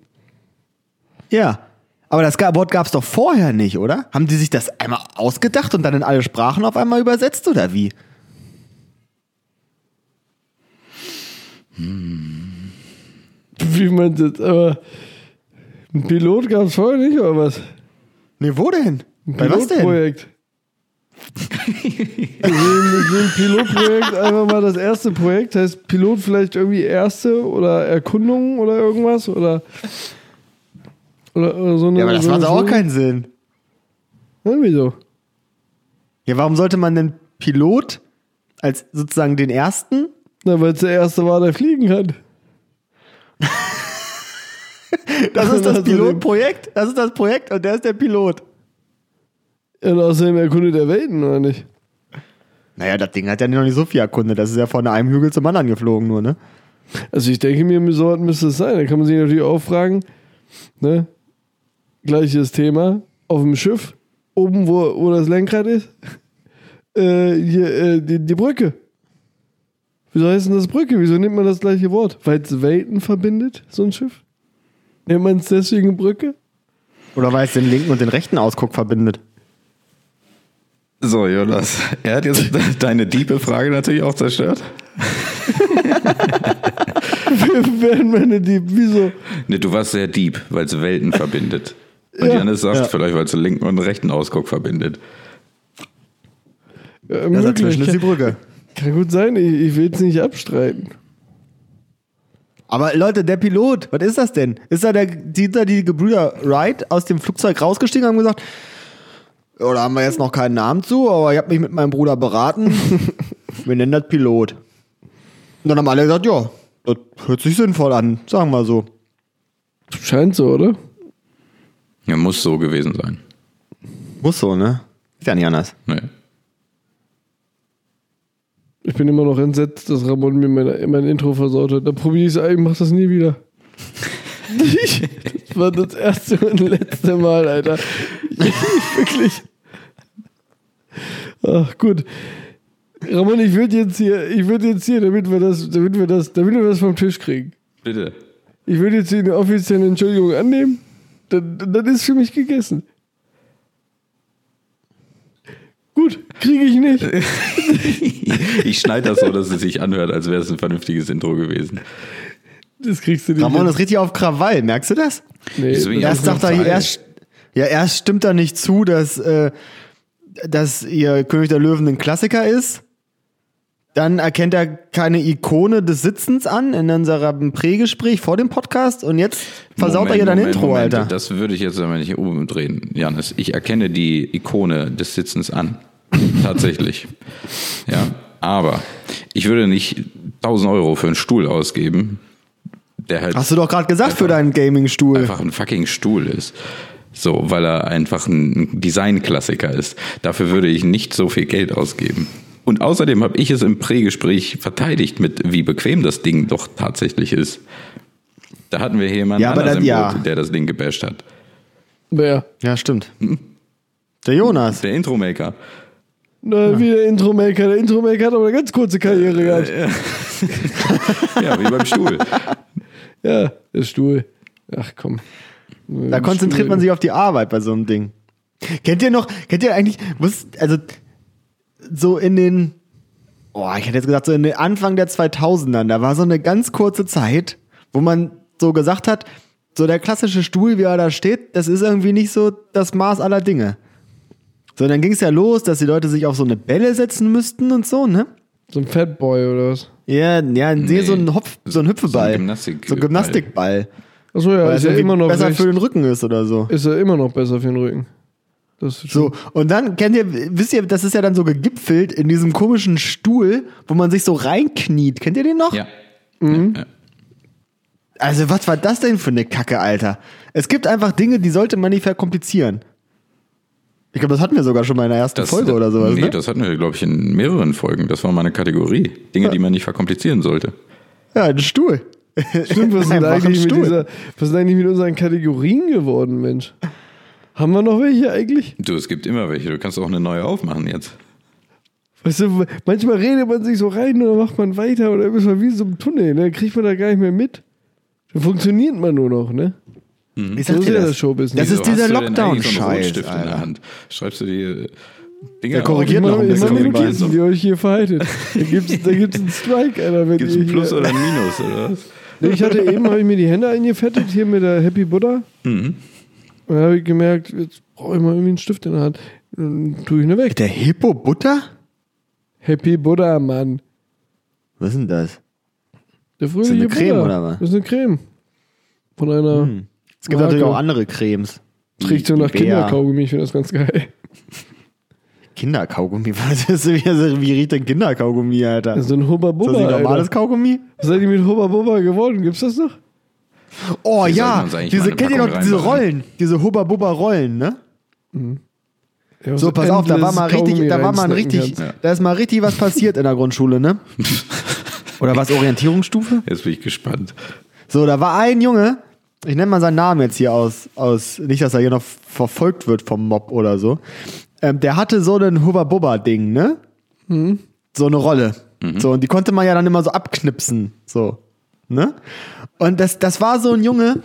S2: Ja. Aber das Ga- Wort gab es doch vorher nicht, oder? Haben die sich das einmal ausgedacht und dann in alle Sprachen auf einmal übersetzt, oder wie?
S3: Wie man das, aber. Ein Pilot gab es vorher nicht, oder was?
S2: Nee, wo denn?
S3: Ein
S2: Bei was denn?
S3: Pilotprojekt. so ein Pilotprojekt, einfach mal das erste Projekt. Heißt Pilot vielleicht irgendwie erste oder Erkundung oder irgendwas? Oder, oder, oder so eine.
S2: Ja, aber das
S3: so
S2: macht
S3: eine
S2: doch auch
S3: Schule.
S2: keinen Sinn.
S3: Ja, wieso?
S2: Ja, warum sollte man denn Pilot als sozusagen den ersten?
S3: Na, weil es der erste war, der fliegen kann.
S2: Das ist das
S3: Außerdem-
S2: Pilotprojekt. Das ist das Projekt und der ist der Pilot.
S3: Ja, Und außerdem erkundet er Welten, oder nicht?
S2: Naja, das Ding hat ja noch nicht so viel erkundet. Das ist ja von einem Hügel zum anderen geflogen, nur, ne?
S3: Also ich denke mir, so was müsste es sein. Da kann man sich natürlich auch fragen, ne? Gleiches Thema. Auf dem Schiff, oben, wo, wo das Lenkrad ist, äh, hier, äh, die, die Brücke. Wieso heißt denn das Brücke? Wieso nimmt man das gleiche Wort? Weil es Welten verbindet, so ein Schiff? Nennt man es deswegen Brücke?
S2: Oder weil es den linken und den rechten Ausguck verbindet.
S1: So, Jonas, er hat jetzt de- deine diebe Frage natürlich auch zerstört.
S3: Werden meine Dieb, wieso?
S1: Ne, du warst sehr deep, weil es Welten verbindet. Und Janis sagt vielleicht, weil es den linken und den rechten Ausguck verbindet.
S3: Ja,
S2: Ja,
S3: möglich.
S2: dazwischen ist die Brücke.
S3: Kann gut sein, ich, ich will es nicht abstreiten.
S2: Aber Leute, der Pilot, was ist das denn? Ist da der, die, da die Gebrüder Wright aus dem Flugzeug rausgestiegen und haben gesagt, oder haben wir jetzt noch keinen Namen zu, aber ich habe mich mit meinem Bruder beraten. wir nennen das Pilot. Und dann haben alle gesagt, ja, das hört sich sinnvoll an, sagen wir so.
S3: Scheint so, oder?
S1: Ja, muss so gewesen sein.
S2: Muss so, ne? Ist ja nicht anders.
S1: Nee.
S3: Ich bin immer noch entsetzt, dass Ramon mir mein, mein Intro versaut hat. Da probiere ich es ein, mach das nie wieder. Ich, das war das erste und letzte Mal, Alter. Ich, wirklich. Ach, gut. Ramon, ich würde jetzt hier, ich würde jetzt hier, damit wir das, damit wir das, damit wir das vom Tisch kriegen.
S1: Bitte.
S3: Ich würde jetzt hier eine offizielle Entschuldigung annehmen. Dann, dann dann ist für mich gegessen. Gut, kriege ich nicht.
S1: Ich schneide das so, dass es sich anhört, als wäre es ein vernünftiges Intro gewesen.
S3: Das kriegst du nicht.
S2: Ramon ist richtig auf Krawall, merkst du das?
S3: nee,
S1: Deswegen-
S3: das-
S2: Erst sagt er,
S1: Krawall.
S2: erst, ja, erst stimmt er nicht zu, dass, äh, dass ihr König der Löwen ein Klassiker ist. Dann erkennt er keine Ikone des Sitzens an in unserem Prägespräch vor dem Podcast und jetzt versaut
S1: Moment,
S2: er hier dein
S1: Moment,
S2: Intro,
S1: Moment.
S2: Alter.
S1: Das würde ich jetzt aber nicht umdrehen, Janis. Ich erkenne die Ikone des Sitzens an. Tatsächlich. Ja, aber ich würde nicht 1000 Euro für einen Stuhl ausgeben, der halt
S2: Hast du doch gerade gesagt für deinen Gaming-Stuhl.
S1: einfach ein fucking Stuhl ist. So, weil er einfach ein Designklassiker ist. Dafür würde ich nicht so viel Geld ausgeben. Und außerdem habe ich es im Prägespräch verteidigt mit, wie bequem das Ding doch tatsächlich ist. Da hatten wir hier jemanden
S2: Ja, aber
S1: anders
S2: dann-
S1: im
S2: ja.
S1: Boot, der das Ding gebasht hat.
S3: Wer?
S2: Ja, stimmt. Der Jonas.
S1: Der Intro-Maker.
S3: Na, wie der Intro-Maker. Der Intro-Maker hat aber eine ganz kurze Karriere gehabt.
S1: Ja, wie beim Stuhl.
S3: Ja, der Stuhl. Ach komm.
S2: Da konzentriert man sich auf die Arbeit bei so einem Ding. Kennt ihr noch, kennt ihr eigentlich, muss, also so in den, oh, ich hätte jetzt gesagt, so in den Anfang der 2000ern, da war so eine ganz kurze Zeit, wo man so gesagt hat, so der klassische Stuhl, wie er da steht, das ist irgendwie nicht so das Maß aller Dinge. So, dann ging es ja los, dass die Leute sich auf so eine Bälle setzen müssten und so, ne?
S3: So ein Fatboy oder was?
S2: Ja, ja, nee,
S1: Nee.
S2: so ein Hopf, so ein Hüpfeball.
S1: So ein Gymnastikball.
S2: So ein Gymnastikball.
S3: Achso, ja,
S2: Weil
S3: ist
S2: es
S3: ja
S2: irgendwie
S3: immer noch
S2: besser
S3: recht,
S2: für den Rücken ist oder so.
S3: Ist ja immer noch besser für den Rücken. Das ist
S2: So, und dann kennt ihr, wisst ihr, das ist ja dann so gegipfelt in diesem komischen Stuhl, wo man sich so reinkniet. Kennt ihr den noch?
S1: Ja.
S2: Mhm.
S1: Ja.
S2: Also, was war das denn für eine Kacke, Alter? Es gibt einfach Dinge, die sollte man nicht verkomplizieren. Ich glaube, das hatten wir sogar schon mal in der ersten Folge oder sowas.
S1: Nee,
S2: ne?
S1: das hatten wir, glaube ich, in mehreren Folgen. Das war mal eine Kategorie. Dinge, die man nicht verkomplizieren sollte.
S2: Ja, ein Stuhl.
S3: Stimmt, was ist denn
S2: Einfach ein
S3: eigentlich mit
S2: Stuhl.
S3: dieser, was ist denn eigentlich mit unseren Kategorien geworden, Mensch? Haben wir noch welche eigentlich?
S1: Du, es gibt immer welche. Du kannst auch eine neue aufmachen jetzt.
S3: Weißt du, manchmal redet man sich so rein und dann macht man weiter oder ist man wie in so einem Tunnel, ne? Kriegt man da gar nicht mehr mit. Dann funktioniert man nur noch, ne?
S2: Ich sag
S3: So
S2: dir
S3: ist ja
S2: das.
S3: das Showbusiness.
S2: das ist
S1: Wieso
S2: dieser
S1: Hm? hast du denn eigentlich so einen
S2: Lockdown-Scheiß.
S1: Rotstift in der
S2: Alter.
S1: Hand. Schreibst du die äh, Dinger
S2: Der korrigiert
S1: auf?
S3: Immer,
S2: noch ein
S3: immer
S2: bisschen
S3: mit
S2: nebenbei.
S3: Kissen, die euch hier verhaltet. Da gibt's, da gibt's einen Strike, Alter. Wenn
S1: Gibt's
S3: ihr
S1: ein Plus
S3: hier,
S1: oder ein Minus, oder was?
S3: Nee, Ich hatte eben, habe ich mir die Hände eingefettet, hier mit der Happy Buddha.
S2: Mhm.
S3: Und dann habe ich gemerkt, jetzt brauche ich mal irgendwie einen Stift in der Hand. Dann tue ich ihn weg.
S2: Der Hippo-Butter?
S3: Happy Buddha, Mann.
S2: Was ist denn das?
S3: Der fröhliche
S2: eine
S3: Buddha.
S2: Creme oder was?
S3: Das ist eine Creme. Von einer,
S2: Es gibt
S3: Marke.
S2: natürlich auch andere Cremes.
S3: das riecht so nach
S2: Bär.
S3: Kinderkaugummi, ich finde das ganz geil.
S2: Kinderkaugummi. Was ist denn- Wie riecht denn Kinderkaugummi, Alter?
S3: Das ist so ein Hubba
S2: Ist das
S3: Bubba,
S2: nicht
S3: Alter.
S2: normales Kaugummi?
S3: Was seid ihr mit Hubba Bubba geworden? Gibt's das noch?
S2: Oh
S1: Wir sollten
S2: ja,
S1: uns eigentlich mal
S2: diese,
S1: eine
S2: kennt ihr
S1: Packung
S2: noch diese
S1: reinmachen.
S2: Rollen, diese Hubba-Bubba-Rollen, ne?
S3: Ja,
S2: So, pass auf, da war mal
S3: endless
S2: richtig,
S3: Kaugummi
S2: da war mal ein
S3: reinstecken
S2: richtig,
S3: kannst.
S1: kannst.
S2: da ist mal richtig was passiert in der Grundschule, ne? Oder was Orientierungsstufe?
S1: Jetzt bin ich gespannt.
S2: So, da war ein Junge, ich nenne mal seinen Namen jetzt hier aus, aus nicht, dass er hier noch verfolgt wird vom Mob oder so. Ähm, der hatte so einen Hubba-Bubba-Ding, ne? So eine Rolle. So, und die konnte man ja dann immer so abknipsen. So. Ne? Und das, das war so ein Junge.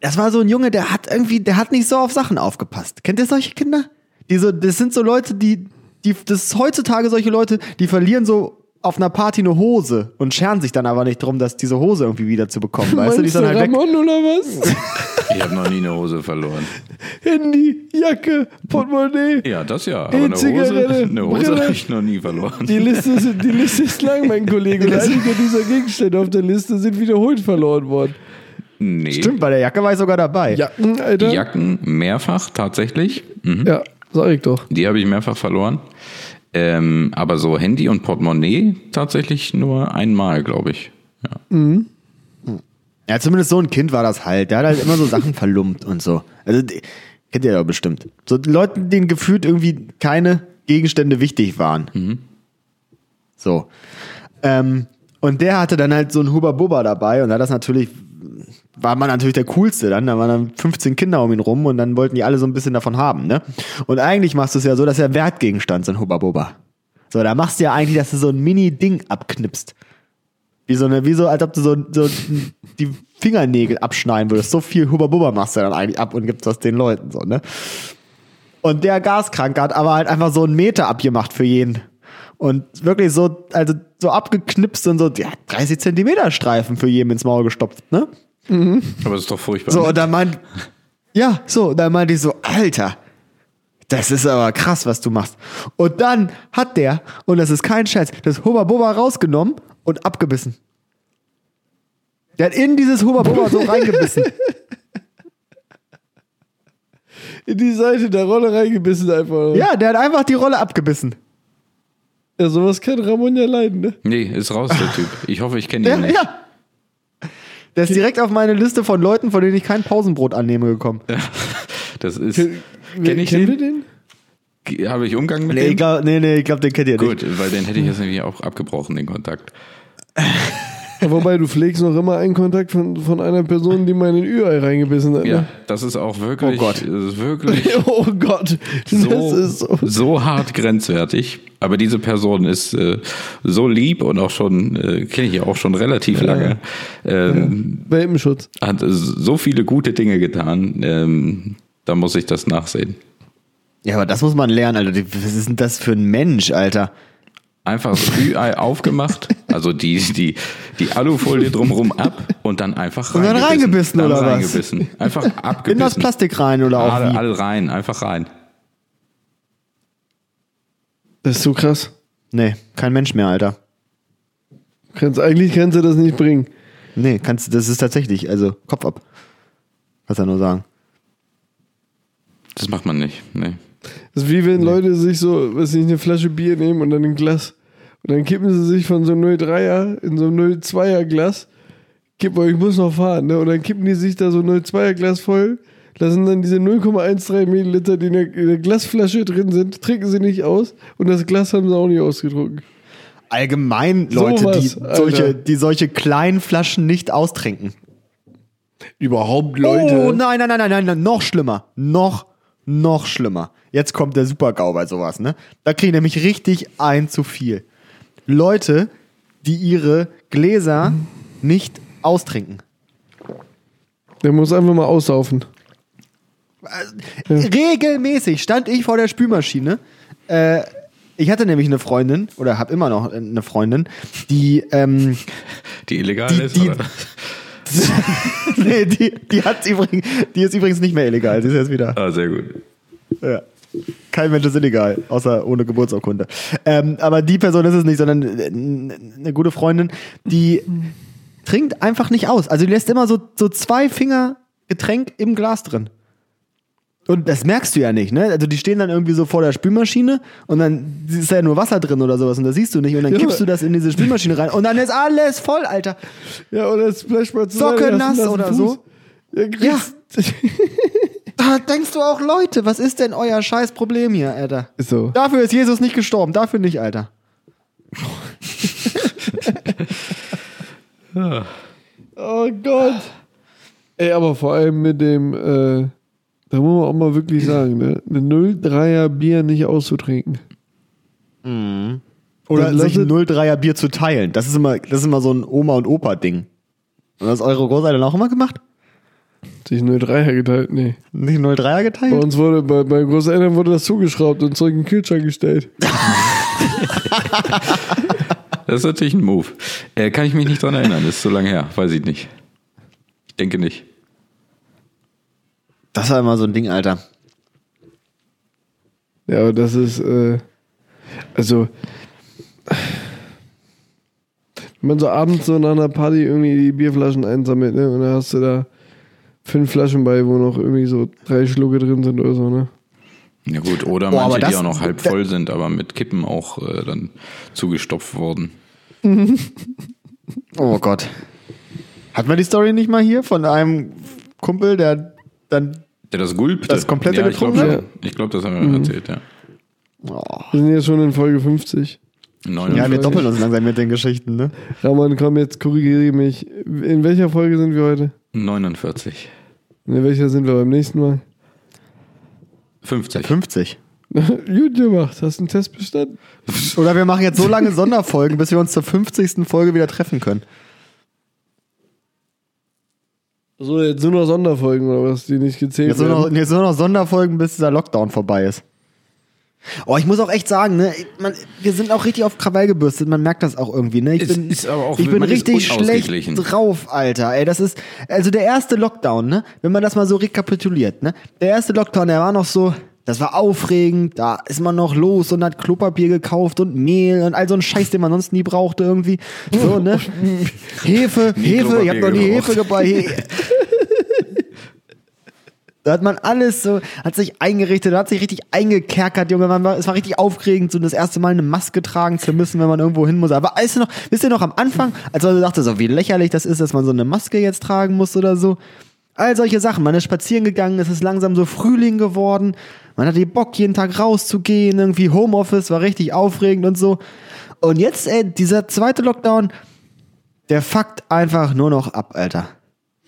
S2: Das war so ein Junge, der hat irgendwie, der hat nicht so auf Sachen aufgepasst. Kennt ihr solche Kinder? Die so, das sind so Leute, die, die, das ist heutzutage solche Leute, die verlieren so auf einer Party eine Hose und scheren sich dann aber nicht drum, dass diese Hose irgendwie wieder zu bekommen. Weißt du, die
S3: Meinst
S2: ist dann halt weg.
S3: Ramon oder was?
S1: Ich habe noch nie eine Hose verloren.
S3: Handy, Jacke, Portemonnaie.
S1: Ja, das ja. Aber eine Hose,
S3: E-Zigarette,
S1: eine Hose
S3: Brille.
S1: habe ich noch nie verloren.
S3: Die Liste, ist, die Liste ist lang, mein Kollege. Und einige dieser Gegenstände auf der Liste sind wiederholt verloren worden.
S1: Nee.
S2: Stimmt, bei der Jacke war ich sogar dabei.
S3: Jacken, Alter.
S1: Jacken mehrfach tatsächlich.
S3: Ja, sag ich doch.
S1: Die habe ich mehrfach verloren. Ähm, aber so Handy und Portemonnaie tatsächlich nur einmal, glaube ich.
S2: Ja, zumindest so ein Kind war das halt. Der hat halt immer so Sachen verlumpt und so. Also, die- kennt ihr ja bestimmt. So Leuten, denen gefühlt irgendwie keine Gegenstände wichtig waren. So. Ähm, und der hatte dann halt so einen Huba-Buba dabei und hat das natürlich, war man natürlich der Coolste dann. Da waren dann 15 Kinder um ihn rum und dann wollten die alle so ein bisschen davon haben, ne? Und eigentlich machst du es ja so, dass er ein Wertgegenstand, so ein Huba-Buba. So, da machst du ja eigentlich, dass du so ein Mini-Ding abknipst. Wie so, eine, wie so, als ob du so, so die Fingernägel abschneiden würdest. So viel Hubba-Bubba machst du dann eigentlich ab und gibst das den Leuten so, ne? Und der Gaskranke hat aber halt einfach so einen Meter abgemacht für jeden. Und wirklich so, also so abgeknipst und so, ja, 30 Zentimeter Streifen für jeden ins Maul gestopft, ne?
S1: Aber es ist doch furchtbar.
S2: So, und dann meint, ja, so, dann meinte ich so, Alter, das ist aber krass, was du machst. Und dann hat der, und das ist kein Scherz, das Hubba-Bubba rausgenommen und abgebissen. Der hat in dieses Hubba-Bubba so reingebissen.
S3: In die Seite der Rolle reingebissen einfach.
S2: Ja, der hat einfach die Rolle abgebissen.
S3: ja sowas kann Ramon ja leiden, ne?
S1: nee, ist raus, der Typ. Ich hoffe, ich kenne
S2: Ja,
S1: ihn nicht.
S2: ja. Der ist direkt auf meine Liste von Leuten, von denen ich kein Pausenbrot annehme, gekommen.
S1: Das ist. Kenne ich
S3: Kennen wir
S1: den?
S3: den?
S1: Habe ich Umgang mit
S2: Nee, ich
S1: dem?
S2: glaube, nee, nee, ich glaub, den kennt ihr nicht. Hm.
S1: Gut, weil den hätte ich jetzt nämlich auch abgebrochen, den Kontakt.
S3: Wobei, du pflegst noch immer einen Kontakt von, von einer Person, die mal in den Ü-Ei reingebissen hat.
S1: Ja,
S3: Ne?
S1: das ist auch wirklich,
S2: Hm. Oh Gott.
S1: das ist wirklich
S3: Oh Gott, das
S1: so,
S3: ist so.
S1: so. hart grenzwertig. Aber diese Person ist äh, so lieb und auch schon, äh, kenne ich ja auch schon relativ lange, ähm,
S3: Welpenschutz.
S1: hat so viele gute Dinge getan. Ähm, da muss ich das nachsehen.
S2: Ja, aber das muss man lernen, Alter. Was ist denn das für ein Mensch, Alter?
S1: Einfach das Ü-Ei aufgemacht, also die, die, die Alufolie drumrum ab und dann einfach
S2: Und dann reingebissen,
S1: Dann
S2: oder was?
S1: reingebissen. Einfach abgebissen.
S2: In das Plastik rein oder auch
S1: alle,
S2: wie?
S1: alle rein, einfach rein.
S3: Das ist so krass.
S2: Nee, kein Mensch mehr, Alter.
S3: Kannst, eigentlich kannst du das nicht bringen.
S2: Nee, kannst das ist tatsächlich, also Kopf ab. Was er nur sagen.
S1: Das macht man nicht. Nee.
S3: Das ist wie wenn Leute sich so, weiß nicht, eine Flasche Bier nehmen und dann ein Glas. Und dann kippen sie sich von so einem 03er in so ein 02er Glas. Kippen, ich muss noch fahren, ne? Und dann kippen die sich da so ein 02er Glas voll, lassen dann diese 0,13 Milliliter, die in der, in der Glasflasche drin sind, trinken sie nicht aus. Und das Glas haben sie auch nicht ausgetrunken.
S2: Allgemein
S3: So
S2: Leute, die,
S3: was, Alter.
S2: solche, die solche kleinen Flaschen nicht austrinken.
S3: Überhaupt
S2: Oh, nein, nein, nein, nein, nein, nein, noch schlimmer. Noch, noch schlimmer. Jetzt kommt der Super-GAU bei sowas, ne? Da kriegen nämlich richtig ein zu viel. Leute, die ihre Gläser nicht austrinken.
S3: Der muss einfach mal aussaufen.
S2: regelmäßig stand ich vor der Spülmaschine. Äh, ich hatte nämlich eine Freundin oder habe immer noch eine Freundin, die ähm,
S1: Die illegal
S2: Die-
S1: ist,
S2: die-
S1: oder?
S2: nee, die, die hat's übrigens, die ist übrigens nicht mehr illegal. Sie ist jetzt wieder.
S1: Ah, sehr gut.
S2: Ja. Kein Mensch ist illegal, außer ohne Geburtsurkunde. Ähm, aber die Person ist es nicht, sondern äh, n- eine gute Freundin, die trinkt einfach nicht aus. Also die lässt immer so, so zwei Finger Getränk im Glas drin. Und das merkst du ja nicht, ne? Also die stehen dann irgendwie so vor der Spülmaschine und dann ist da ja nur Wasser drin oder sowas und das siehst du nicht und dann
S3: Ja,
S2: kippst du
S3: aber-
S2: das in diese Spülmaschine rein und dann ist alles voll, Alter.
S3: Ja, oder es vielleicht mal zusammen.
S2: Socke nass oder so.
S3: Ja, kriegst-
S2: Da denkst du auch, Leute, was ist denn euer scheiß Problem hier, Alter?
S3: Ist so.
S2: Dafür ist Jesus nicht gestorben, dafür nicht, Alter.
S3: Oh Gott. Ey, aber vor allem mit dem, äh, da muss man auch mal wirklich sagen, ne? Eine 03er Bier nicht auszutrinken.
S2: Oder
S3: Dann
S2: sich
S3: lasset-
S2: ein 03er Bier zu teilen. Das ist immer, das ist immer so ein Oma- und Opa-Ding. Und das eure Großeltern auch immer gemacht?
S3: Sich 03er geteilt, nee.
S2: Nicht 03er
S3: Bei
S2: geteilt?
S3: uns wurde, bei, bei Großeltern wurde das zugeschraubt und zurück in den Kühlschrank gestellt.
S1: Das ist natürlich ein Move. Äh, kann ich mich nicht dran erinnern, ist so lange her, weiß ich nicht. Ich denke nicht.
S2: Das war immer so ein Ding, Alter.
S3: Ja, aber das ist, äh, also, wenn man so abends so nach einer Party irgendwie die Bierflaschen einsammelt, ne, und dann hast du da fünf Flaschen bei, wo noch irgendwie so drei Schlucke drin sind oder so, ne.
S1: Ja gut, oder
S2: Boah, aber
S1: manche, die
S2: das-
S1: auch noch halb
S2: da-
S1: voll sind, aber mit Kippen auch äh, dann zugestopft worden.
S2: Oh Gott. Hat man die Story nicht mal hier von einem Kumpel, der dann.
S1: Der das gulpte.
S2: Das komplette Mhm.
S1: ja, ich glaub
S2: getrunken
S1: schon. Ich glaube, das haben wir erzählt, ja.
S2: Oh.
S3: Wir sind jetzt schon in Folge 50.
S2: Ja, wir
S1: 59.
S2: doppeln uns langsam mit den Geschichten, ne?
S3: Raman, komm, jetzt korrigiere mich. In welcher Folge sind wir heute?
S1: 49.
S3: Und in welcher sind wir beim nächsten Mal?
S1: 50.
S2: 50.
S3: Gut gemacht, hast einen Test bestanden.
S2: Oder wir machen jetzt so lange Sonderfolgen, bis wir uns zur 50. Folge wieder treffen können.
S3: So, jetzt nur noch Sonderfolgen oder was, die nicht gezählt
S2: Jetzt nur,
S3: werden.
S2: noch, jetzt nur noch Sonderfolgen, bis dieser Lockdown vorbei ist. Oh, ich muss auch echt sagen, ne, ich- man, wir sind auch richtig auf Krawall gebürstet, man merkt das auch irgendwie, ne? Ich
S1: Es
S2: bin,
S1: ist aber auch-
S2: ich bin
S1: man ist
S2: richtig schlecht
S1: unausgeglichen.
S2: drauf, Alter. Ey, das ist, also der erste Lockdown, ne? Wenn man das mal so rekapituliert, ne? Der erste Lockdown, der war noch so, das war aufregend, da ist man noch los und hat Klopapier gekauft und Mehl und all so ein Scheiß, den man sonst nie brauchte irgendwie. So, ne? Hefe,
S1: Nie
S2: Hefe, ich hab
S1: Klopapier
S2: noch nie
S1: gebraucht.
S2: Hefe gebraucht. He- Da hat man alles so, hat sich eingerichtet, hat sich richtig eingekerkert, Junge. Man war, es war richtig aufregend, so das erste Mal eine Maske tragen zu müssen, wenn man irgendwo hin muss. Aber weißt du noch, wisst ihr noch am Anfang, als man so dachte, so wie lächerlich das ist, dass man so eine Maske jetzt tragen muss oder so. All solche Sachen. Man ist spazieren gegangen, es ist langsam so Frühling geworden. Man hatte Bock, jeden Tag rauszugehen, irgendwie Homeoffice war richtig aufregend und so. Und jetzt, ey, dieser zweite Lockdown, der fuckt einfach nur noch ab, Alter.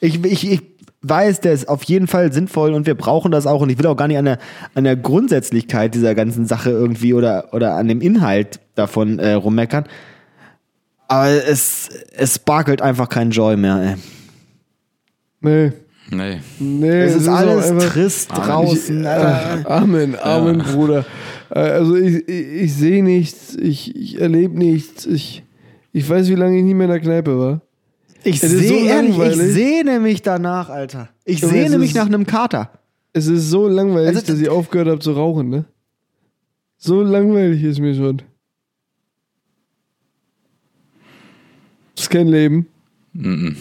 S2: Ich, ich, ich weiß, der ist auf jeden Fall sinnvoll und wir brauchen das auch. Und ich will auch gar nicht an der, an der Grundsätzlichkeit dieser ganzen Sache irgendwie oder, oder an dem Inhalt davon äh, rummeckern. Aber es, es sparkelt einfach kein Joy mehr, ey.
S3: Nee,
S1: Nee.
S3: nee.
S2: Es ist, Ah,
S3: auch
S2: alles
S3: einfach-
S2: trist draußen, Alter.
S3: Ach, Amen, Amen, Bruder. Äh, Also ich, ich, ich sehe nichts, ich, ich erlebe nichts, ich, ich weiß, wie lange ich nie mehr in der Kneipe war.
S2: Ich
S3: es ist
S2: sehe
S3: so
S2: ehrlich, ich
S3: langweilig.
S2: sehne mich danach, Alter. Ich
S3: Junge, es
S2: sehne mich
S3: ist-
S2: nach einem Kater.
S3: Es ist so langweilig,
S2: Also,
S3: dass ich aufgehört habe zu rauchen, ne? So langweilig ist mir schon. Ist kein Leben.
S1: Mhm.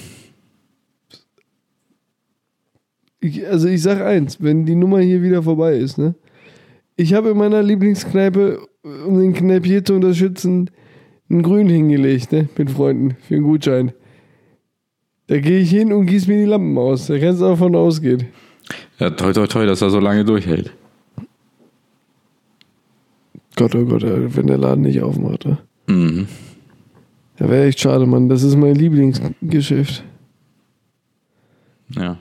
S3: Ich, also ich sag eins, wenn die Nummer hier wieder vorbei ist, ne? Ich habe in meiner Lieblingskneipe, um den Kneipier zu unterstützen, einen Grün hingelegt, ne? Mit Freunden für einen Gutschein. Da gehe ich hin und gieß mir die Lampen aus. Da kannst du davon ausgehen.
S1: Ja, toi, toi, toi, dass er so lange durchhält.
S3: Gott, oh Gott, wenn der Laden nicht aufmacht, ne?
S1: Mhm.
S3: Ja, wäre echt schade, Mann. Das ist mein Lieblingsgeschäft.
S1: Ja.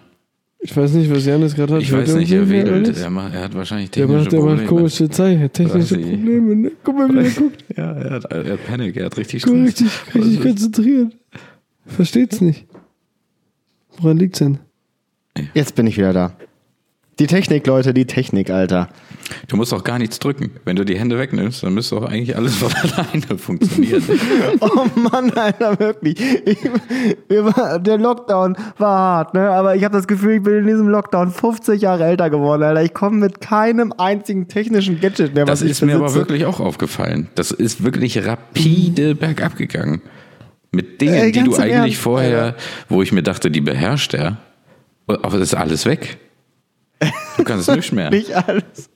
S3: Ich weiß nicht, was Janis gerade hat.
S1: Ich
S3: Hört
S1: weiß nicht,
S3: irgendwie
S1: er
S3: wer
S1: wedelt.
S3: alles?
S1: Er, macht, er hat wahrscheinlich
S3: Der
S1: technische
S3: macht, der macht
S1: Probleme.
S3: komische Zeichen, technische
S1: Weiß ich.
S3: Probleme. Ne? Guck mal, wie der guckt.
S1: ja, er hat, er hat Panik, er hat richtig
S3: Guck mal,
S1: Stress.
S3: richtig, richtig konzentriert. Versteht's nicht. Woran liegt's denn?
S2: Jetzt bin ich wieder da. Die Technik, Leute, die Technik, Alter.
S1: Du musst auch gar nichts drücken. Wenn du die Hände wegnimmst, dann müsste auch eigentlich alles von alleine funktionieren.
S2: Oh Mann, Alter, wirklich. Ich, wir war, der Lockdown war hart, ne? Aber ich habe das Gefühl, ich bin in diesem Lockdown 50 Jahre älter geworden, Alter. Ich komme mit keinem einzigen technischen Gadget mehr,
S1: Das
S2: was ich
S1: ist mir aber
S2: besitze.
S1: wirklich auch aufgefallen. Das ist wirklich rapide bergab gegangen. Mit Dingen,
S2: Ey,
S1: die du
S2: Mhm. Äh, ganz im
S1: eigentlich
S2: Ernst,
S1: vorher, wo ich mir dachte, die beherrscht er, aber das ist alles weg. Du kannst es nicht mehr.
S2: nicht alles.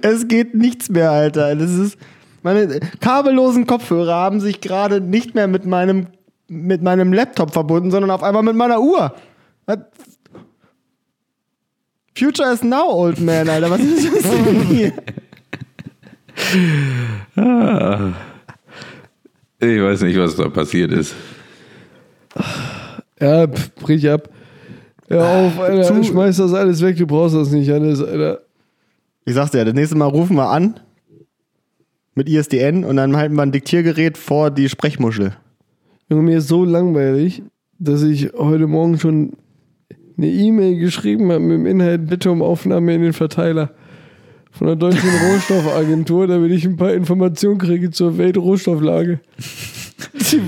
S2: Es geht nichts mehr, Alter. Das ist meine kabellosen Kopfhörer haben sich gerade nicht mehr mit meinem mit meinem Laptop verbunden, sondern auf einmal mit meiner Uhr. Was? Future is now, old man, Alter. Was ist das denn hier?
S1: Ich weiß nicht, was da passiert ist.
S3: Ja, pff, brich ab. Hör auf, Alter.
S2: Zu-
S3: schmeiß das alles weg, du brauchst das nicht alles, Alter.
S2: Ich sag's dir, das nächste Mal rufen wir an mit ISDN und dann halten wir ein Diktiergerät vor die Sprechmuschel.
S3: Junge, mir ist so langweilig, dass ich heute Morgen schon eine E-Mail geschrieben habe mit dem Inhalt Bitte um Aufnahme in den Verteiler von der Deutschen Rohstoffagentur, damit ich ein paar Informationen kriege zur Weltrohstofflage.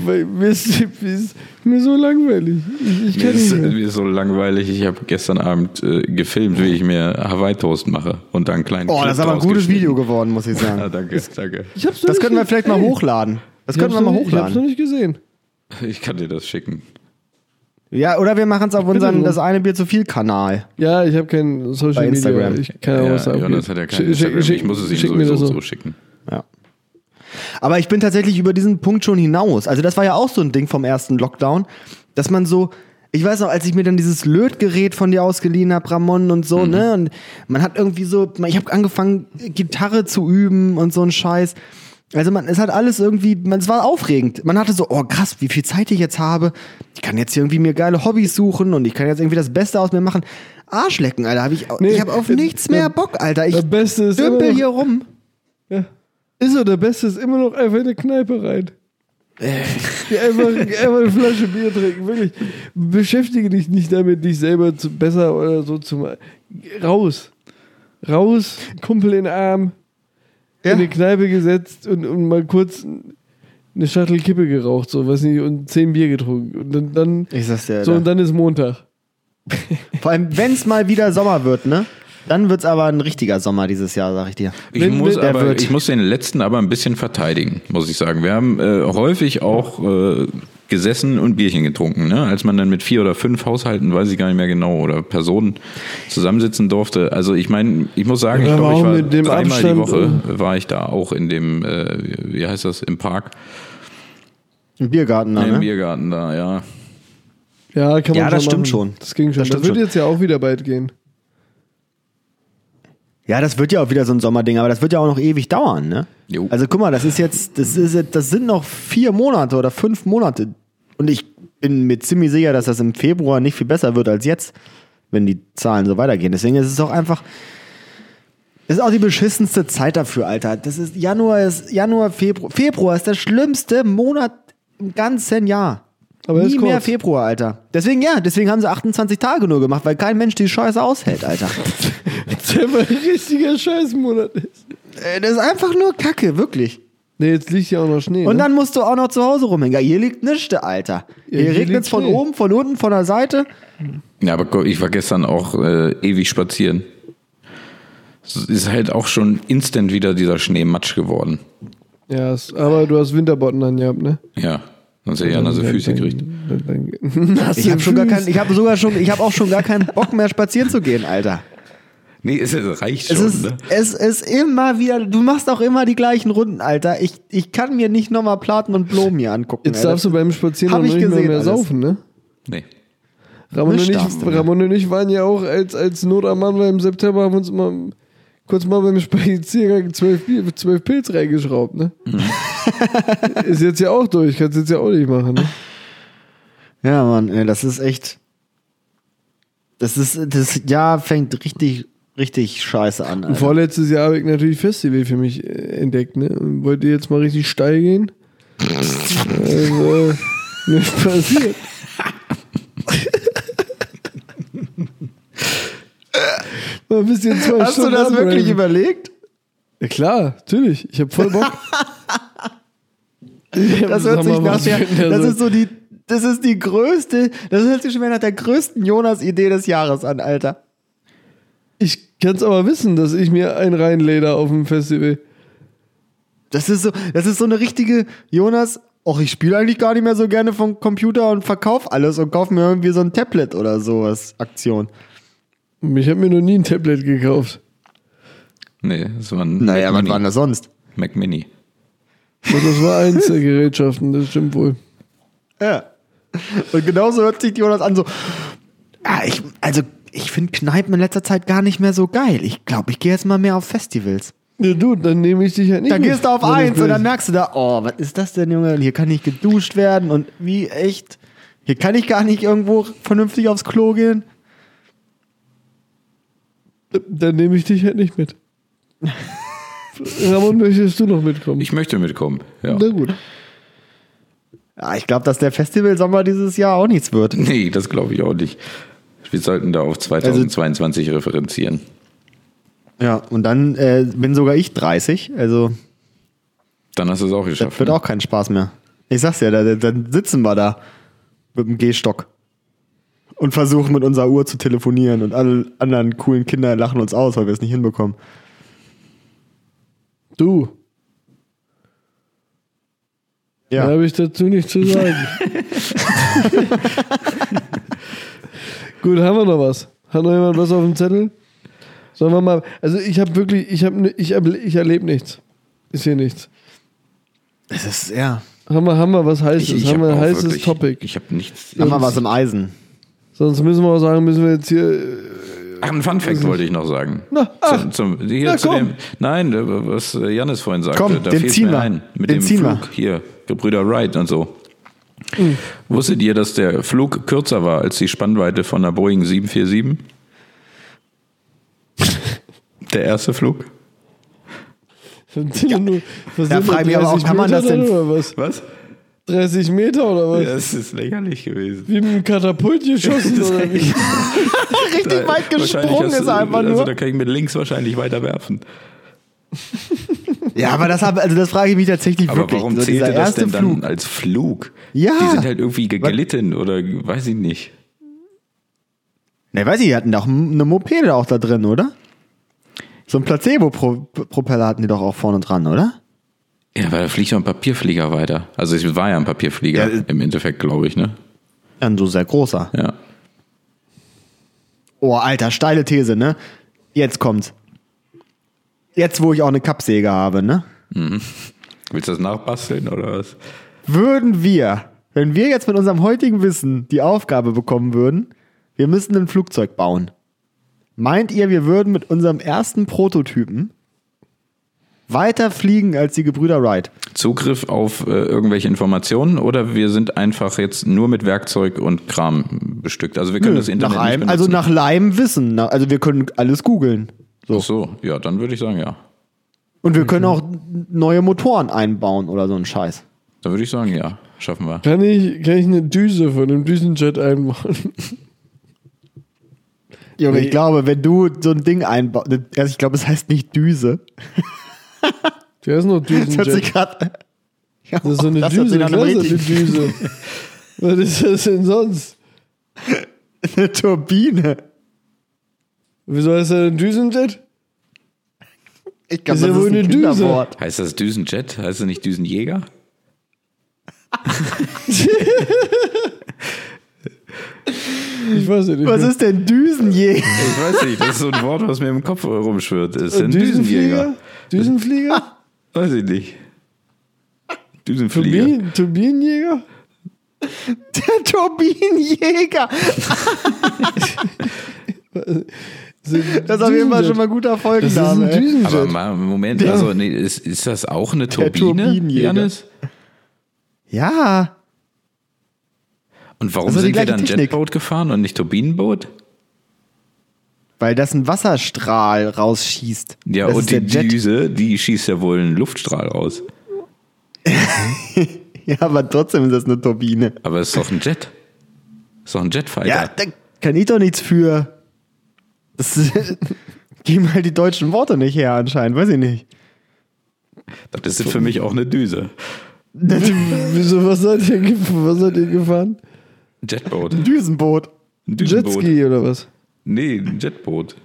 S3: Weil mir, ist, mir, ist, mir ist so langweilig. Ich, ich
S1: Mir
S3: kann
S1: ist,
S3: nicht mehr.
S1: mir ist so langweilig. Ich habe gestern Abend äh, gefilmt, wie ich mir Hawaii-Toast mache und dann einen kleinen
S2: Oh,
S1: Clip
S2: das ist aber ein
S1: draus
S2: gutes
S1: geschnitten.
S2: Video geworden, muss ich
S1: Ah,
S2: sagen.
S1: danke, danke.
S3: Ich hab's noch
S2: Das
S3: nicht
S2: können wir
S3: ge-
S2: vielleicht mal
S3: Ey,
S2: hochladen. Das
S3: ich
S2: können wir
S3: hab's
S2: mal
S3: noch nicht- Ich hab's noch
S2: hochladen.
S3: nicht gesehen.
S1: Ich kann dir das schicken.
S2: Ja, oder wir machen es auf unseren
S3: drum.
S2: Das eine Bier zu viel Kanal.
S3: Ja, ich habe kein Social
S2: Bei
S3: Media.
S2: Instagram.
S3: Ich kann ja, was da abgeht.
S1: Jonas hat ja kein
S3: Schick-
S1: Instagram.
S3: schick-
S1: ich muss es ihm
S3: schick mir
S1: sowieso
S3: das so.
S1: so schicken.
S2: Ja. Aber ich bin tatsächlich über diesen Punkt schon hinaus. Also das war ja auch so ein Ding vom ersten Lockdown, dass man so, ich weiß noch, als ich mir dann dieses Lötgerät von dir ausgeliehen habe, Ramon und
S3: Mhm.
S2: so, ne? Und man hat irgendwie so, ich habe angefangen, Gitarre zu üben und so ein Scheiß. Also man, es hat alles irgendwie, man, es war aufregend. Man hatte so, oh krass, wie viel Zeit ich jetzt habe. Ich kann jetzt hier irgendwie mir geile Hobbys suchen und ich kann jetzt irgendwie das Beste aus mir machen. Arschlecken, Alter, hab ich,
S3: Nee,
S2: ich habe auf
S3: äh,
S2: nichts mehr
S3: der-
S2: Bock, Alter. Ich
S3: der Beste ist immer
S2: dümpel
S3: noch-
S2: hier rum.
S3: Ja. Ist so, der Beste ist immer noch einfach in eine Kneipe rein.
S2: Äh.
S3: Ja, einfach, einfach eine Flasche Bier trinken, wirklich. Beschäftige dich nicht damit, dich selber zu, besser oder so zu machen. Raus. Raus, Kumpel in den Arm,
S2: Ja.
S3: in die Kneipe gesetzt und, und mal kurz eine Schachtel Kippe geraucht, so, weiß nicht, und zehn Bier getrunken. Und dann, dann
S2: Ich sag's dir,
S3: so,
S2: Alter.
S3: und dann ist Montag.
S2: Vor allem, wenn es mal wieder Sommer wird, ne? Dann wird es aber ein richtiger Sommer dieses Jahr, sag ich dir.
S1: Ich,
S3: Wenn-
S1: muss
S3: wenn- der
S1: aber,
S2: wird-
S1: ich muss den letzten aber ein bisschen verteidigen, muss ich sagen. Wir haben äh, häufig auch äh, gesessen und Bierchen getrunken. Ne? Als man dann mit vier oder fünf Haushalten, weiß ich gar nicht mehr genau, oder Personen zusammensitzen durfte. Also ich meine, ich muss sagen,
S3: Ja,
S1: ich glaube, ich
S3: warum
S1: war
S3: mit dem
S1: dreimal
S3: Abstand, äh,
S1: die Woche war ich da auch in dem, äh, wie heißt das, im Park,
S2: Im Biergarten da,
S1: im
S2: ne?
S1: Biergarten da, ja.
S3: Ja, kann man
S2: Ja, das
S3: schon
S2: stimmt
S3: machen.
S2: schon.
S3: Das ging schon.
S2: Das
S3: Das,
S2: stimmt
S3: wird
S2: schon.
S3: jetzt ja auch wieder bald gehen.
S2: Ja, das wird ja auch wieder so ein Sommerding, aber das wird ja auch noch ewig dauern, ne?
S1: Jo.
S2: Also guck mal, das ist jetzt, das ist jetzt, das sind noch vier Monate oder fünf Monate. Und ich bin mir ziemlich sicher, dass das im Februar nicht viel besser wird als jetzt, wenn die Zahlen so weitergehen. Deswegen ist es auch einfach. Das ist auch die beschissenste Zeit dafür, Alter. Das ist Januar ist Januar, Februar. Februar ist der schlimmste Monat im ganzen Jahr.
S3: Aber er
S2: Nie
S3: ist
S2: mehr
S3: kurz.
S2: Februar, Alter. Deswegen ja, deswegen haben sie 28 Tage nur gemacht, weil kein Mensch die Scheiße aushält, Alter.
S3: Der mal ein richtiger Scheißmonat ist.
S2: Äh, Das ist einfach nur Kacke, wirklich.
S3: Nee, jetzt liegt ja auch noch Schnee.
S2: Und
S3: ne?
S2: dann musst du auch noch zu Hause rumhängen. Ja, Hier liegt nichts, Alter.
S3: Ja,
S2: Hier,
S3: hier
S2: regnet
S3: liegt
S2: es von
S3: Schnee.
S2: oben, von unten, von der Seite.
S1: Ja, aber guck, ich war gestern auch äh, ewig spazieren. Es ist halt auch schon instant wieder dieser Schneematsch geworden.
S3: Ja, es- aber du hast Winterbotten an gehabt, ne?
S1: Ja, sonst hätte ich an der Füße gekriegt.
S2: Ich habe schon gar
S3: keinen.
S2: keinen, ich habe sogar schon, ich habe auch schon gar keinen Bock mehr spazieren zu gehen, Alter.
S1: Nee, es es reicht
S2: Es
S1: schon.
S2: ist,
S1: ne?
S2: es ist immer wieder, du machst auch immer die gleichen Runden, Alter. Ich, ich kann mir nicht nochmal Platen und Blumen hier angucken.
S3: Jetzt darfst du beim Spazieren
S2: Hab
S3: noch
S2: ich
S3: nicht mal
S2: gesehen
S3: mehr
S2: alles.
S3: saufen, ne?
S1: Nee.
S3: Ramon und,
S2: Nicht
S3: ich,
S2: darfst du mehr.
S3: Ramon und ich waren ja auch als, als Not am Mann, weil im September haben wir uns mal kurz mal beim Spaziergang zwölf, Bier- zwölf Pilz reingeschraubt, ne?
S1: Mhm.
S3: ist jetzt ja auch durch, kannst jetzt ja auch nicht machen, ne?
S2: Ja, Mann, ey, das ist echt. Das ist, das Jahr fängt richtig, richtig scheiße an,
S3: Und
S2: Alter.
S3: vorletztes Jahr habe ich natürlich Festival für mich äh, entdeckt, ne? Und wollte jetzt mal richtig steil gehen. also, mir ist passiert. mal ein bisschen zwei
S2: Hast du
S3: Stunden
S2: das
S3: abbrennen.
S2: wirklich überlegt?
S3: Ja, klar, natürlich. Ich habe voll Bock.
S2: Das hört sich nach der, das ist
S3: so.
S2: so die, das ist die größte, das hört sich schon wieder nach der größten Jonas-Idee des Jahres an, Alter.
S3: Ich kann es aber wissen, dass ich mir einen reinleder auf dem Festival.
S2: Das ist so, das ist so eine richtige Jonas. Och, ich spiele eigentlich gar nicht mehr so gerne vom Computer und verkauf alles und kauf mir irgendwie so ein Tablet oder sowas. Aktion.
S3: Ich habe mir noch nie ein Tablet gekauft.
S1: Nee, es war ein
S2: Naja,
S1: Mac,
S2: was
S1: Mini.
S2: war denn das sonst?
S1: Mac Mini.
S3: Und das war eins der Gerätschaften, das stimmt wohl.
S2: Ja. Und genauso hört sich Jonas an so. Ah, ich, also, ich finde Kneipen in letzter Zeit gar nicht mehr so geil. Ich glaube, ich gehe jetzt mal mehr auf Festivals.
S3: Ja, du, dann nehme ich dich ja nicht.
S2: Dann
S3: mit,
S2: gehst du auf
S3: wenn du
S2: eins und
S3: willst.
S2: dann merkst du da, oh, was ist das denn, Junge? Hier kann nicht geduscht werden und wie echt? Hier kann ich gar nicht irgendwo vernünftig aufs Klo gehen.
S3: Dann nehme ich dich halt nicht mit. Ramon, möchtest du noch mitkommen?
S1: Ich möchte mitkommen. Ja.
S3: Na gut.
S2: Ja, Ah, ich glaube, dass der Festivalsommer dieses Jahr auch nichts wird.
S1: Nee, das glaube ich auch nicht. Wir sollten da
S2: Also
S1: auf 2022 referenzieren.
S2: Ja, und dann äh, bin sogar ich 30. Also,
S1: Dann hast du es auch
S2: das
S1: geschafft.
S2: wird
S1: ne?
S2: auch keinen Spaß mehr. Ich sag's ja, da- da- dann sitzen wir da mit dem Gehstock und versuchen mit unserer Uhr zu telefonieren und alle anderen coolen Kinder lachen uns aus, weil wir es nicht hinbekommen.
S3: Du, da
S2: Ja.
S3: habe ich dazu nichts zu sagen. gut, haben wir noch was? Hat noch jemand was auf dem Zettel? Sollen wir mal. Also, ich habe wirklich. Ich, hab, ne- ich, erble- ich erlebe nichts. Ist hier nichts.
S2: Es ist, ja.
S3: Haben wir, haben wir was Heißes?
S1: Ich, ich
S3: haben
S1: hab
S3: wir ein
S1: auch
S3: heißes
S1: wirklich-
S3: Topic?
S1: Ich habe nichts.
S2: Haben wir was im Eisen.
S3: Sonst müssen wir auch sagen, müssen wir jetzt hier. äh,
S1: Ach, ein Fun Fact wollte ich noch sagen.
S3: Na, ach.
S1: zum, zum, hier
S3: Na,
S1: zu
S3: komm.
S1: dem, nein, da- was äh, Jannis vorhin sagte,
S2: Komm,
S1: da
S2: den
S1: fiel's
S2: ziehen
S1: mir
S2: wir.
S1: ein. Mit
S2: Den
S1: dem
S2: ziehen wir. Hm.
S1: Flug hier, Gebrüder Wright und so. Wusstet ihr, dass der Flug kürzer war als die Spannweite von der Boeing 747? der erste
S3: Ja.
S1: Flug?
S3: Was
S2: Da
S3: sind
S2: frage ich mich
S3: das,
S2: aber auch,
S3: 30
S2: kann man
S3: Meter
S2: das denn-
S3: dann Oder was?
S1: Was?
S3: 30 Meter oder was?
S1: Das ist lächerlich gewesen.
S3: Wie mit einem Katapult geschossen oder wie?
S2: Richtig weit gesprungen
S1: Wahrscheinlich hast
S2: ist
S1: du-
S2: einfach
S1: Also
S2: nur.
S1: da kann ich mit links wahrscheinlich weiter werfen.
S2: Ja, aber das, hab- also das frage ich mich tatsächlich
S1: Aber
S2: wirklich.
S1: warum
S2: so,
S1: zählte
S2: dieser
S1: das
S2: erste
S1: denn dann
S2: Flug.
S1: als Flug?
S2: Ja.
S1: Die sind halt irgendwie geglitten oder weiß ich nicht.
S2: Ne, weiß ich, die hatten doch m- eine Mopede auch da drin, oder? So ein Placebo-Propeller hatten die doch auch vorne dran, oder?
S1: Ja, weil da fliegt ja ein Papierflieger weiter. Also es war ja ein Papierflieger
S2: Ja, äh,
S1: im Endeffekt, glaube ich, ne?
S2: Ja, ein so sehr großer.
S1: Ja.
S2: Oh, Alter, steile These, ne? Jetzt kommt's. Jetzt, wo ich auch eine Kappsäge habe, ne?
S1: Willst du das nachbasteln oder was?
S2: Würden wir, wenn wir jetzt mit unserem heutigen Wissen die Aufgabe bekommen würden, wir müssen ein Flugzeug bauen. Meint ihr, wir würden mit unserem ersten Prototypen weiter fliegen als die Gebrüder Wright?
S1: Zugriff auf äh, irgendwelche Informationen oder wir sind einfach jetzt nur mit Werkzeug und Kram bestückt. Also wir können das Internet
S2: nach
S1: nicht
S2: einem,
S1: benutzen.
S2: also nach Leim Wissen. Na- Also wir können alles googeln.
S1: Ach so, ja, dann würde ich sagen, ja.
S2: Und wir können auch neue Motoren einbauen oder so ein Scheiß.
S1: Dann würde ich sagen, ja, schaffen wir.
S3: Kann ich, kann ich eine Düse von einem Düsenjet einbauen?
S2: Junge,
S3: Nee.
S2: ich glaube, wenn du so ein Ding einbaust, also ich glaube, es heißt nicht Düse.
S3: Der ist noch
S2: Das hört sich
S3: Düsenjet.
S2: gerade. Ja,
S3: Das ist so eine
S2: das hört
S3: Düse,
S2: sich nach
S3: klar
S2: einem
S3: ist das eine
S2: richtigen-
S3: Düse. Was ist das denn sonst?
S2: eine Turbine.
S3: Wieso heißt er ein Düsenjet?
S2: Ich glaube,
S3: Ist ja wohl eine Düse.
S1: Heißt das Düsenjet? Heißt das nicht Düsenjäger?
S3: Ich weiß ja nicht.
S2: Was
S3: mehr.
S2: ist denn Düsenjäger?
S1: Ich weiß nicht, das ist so ein Wort, was mir im Kopf rumschwirrt. Ist ein
S3: ein
S1: Düsenjäger?
S3: Düsenflieger? Düsenflieger?
S1: Weiß ich nicht. Düsenflieger.
S3: Turbinen, Turbinenjäger?
S2: Der Turbinenjäger. Das ist auf jeden Fall schon mal ein guter
S3: Das ist ein
S2: Folgenname. ey.
S3: Düsenjet.
S1: Aber mal, Moment, also nee, ist, ist das auch eine Turbine,
S2: Turbinenjäger.
S1: Janis?
S2: Ja.
S1: Und warum
S2: Das ist Also die
S1: sind wir
S2: gleiche
S1: dann
S2: Technik.
S1: Jetboot gefahren und nicht Turbinenboot?
S2: Weil das ein Wasserstrahl rausschießt.
S1: Ja,
S2: das
S1: und
S2: ist
S1: die
S2: der Jet.
S1: Düse, die schießt ja wohl einen Luftstrahl raus.
S2: Ja, aber trotzdem ist das eine Turbine.
S1: Aber es ist doch ein Jet. Ist doch ein Jetfighter.
S2: Ja, da kann ich doch nichts für. Das geben halt die deutschen Worte nicht her anscheinend, weiß ich nicht.
S1: das ist für mich auch eine Düse.
S3: Wieso, was seid ihr, ge- was seid ihr gefahren?
S1: Ein Jetboot.
S2: Ein Düsenboot.
S1: Ein Düsenboot.
S3: Jetski oder was?
S1: Nee, ein Jetboot.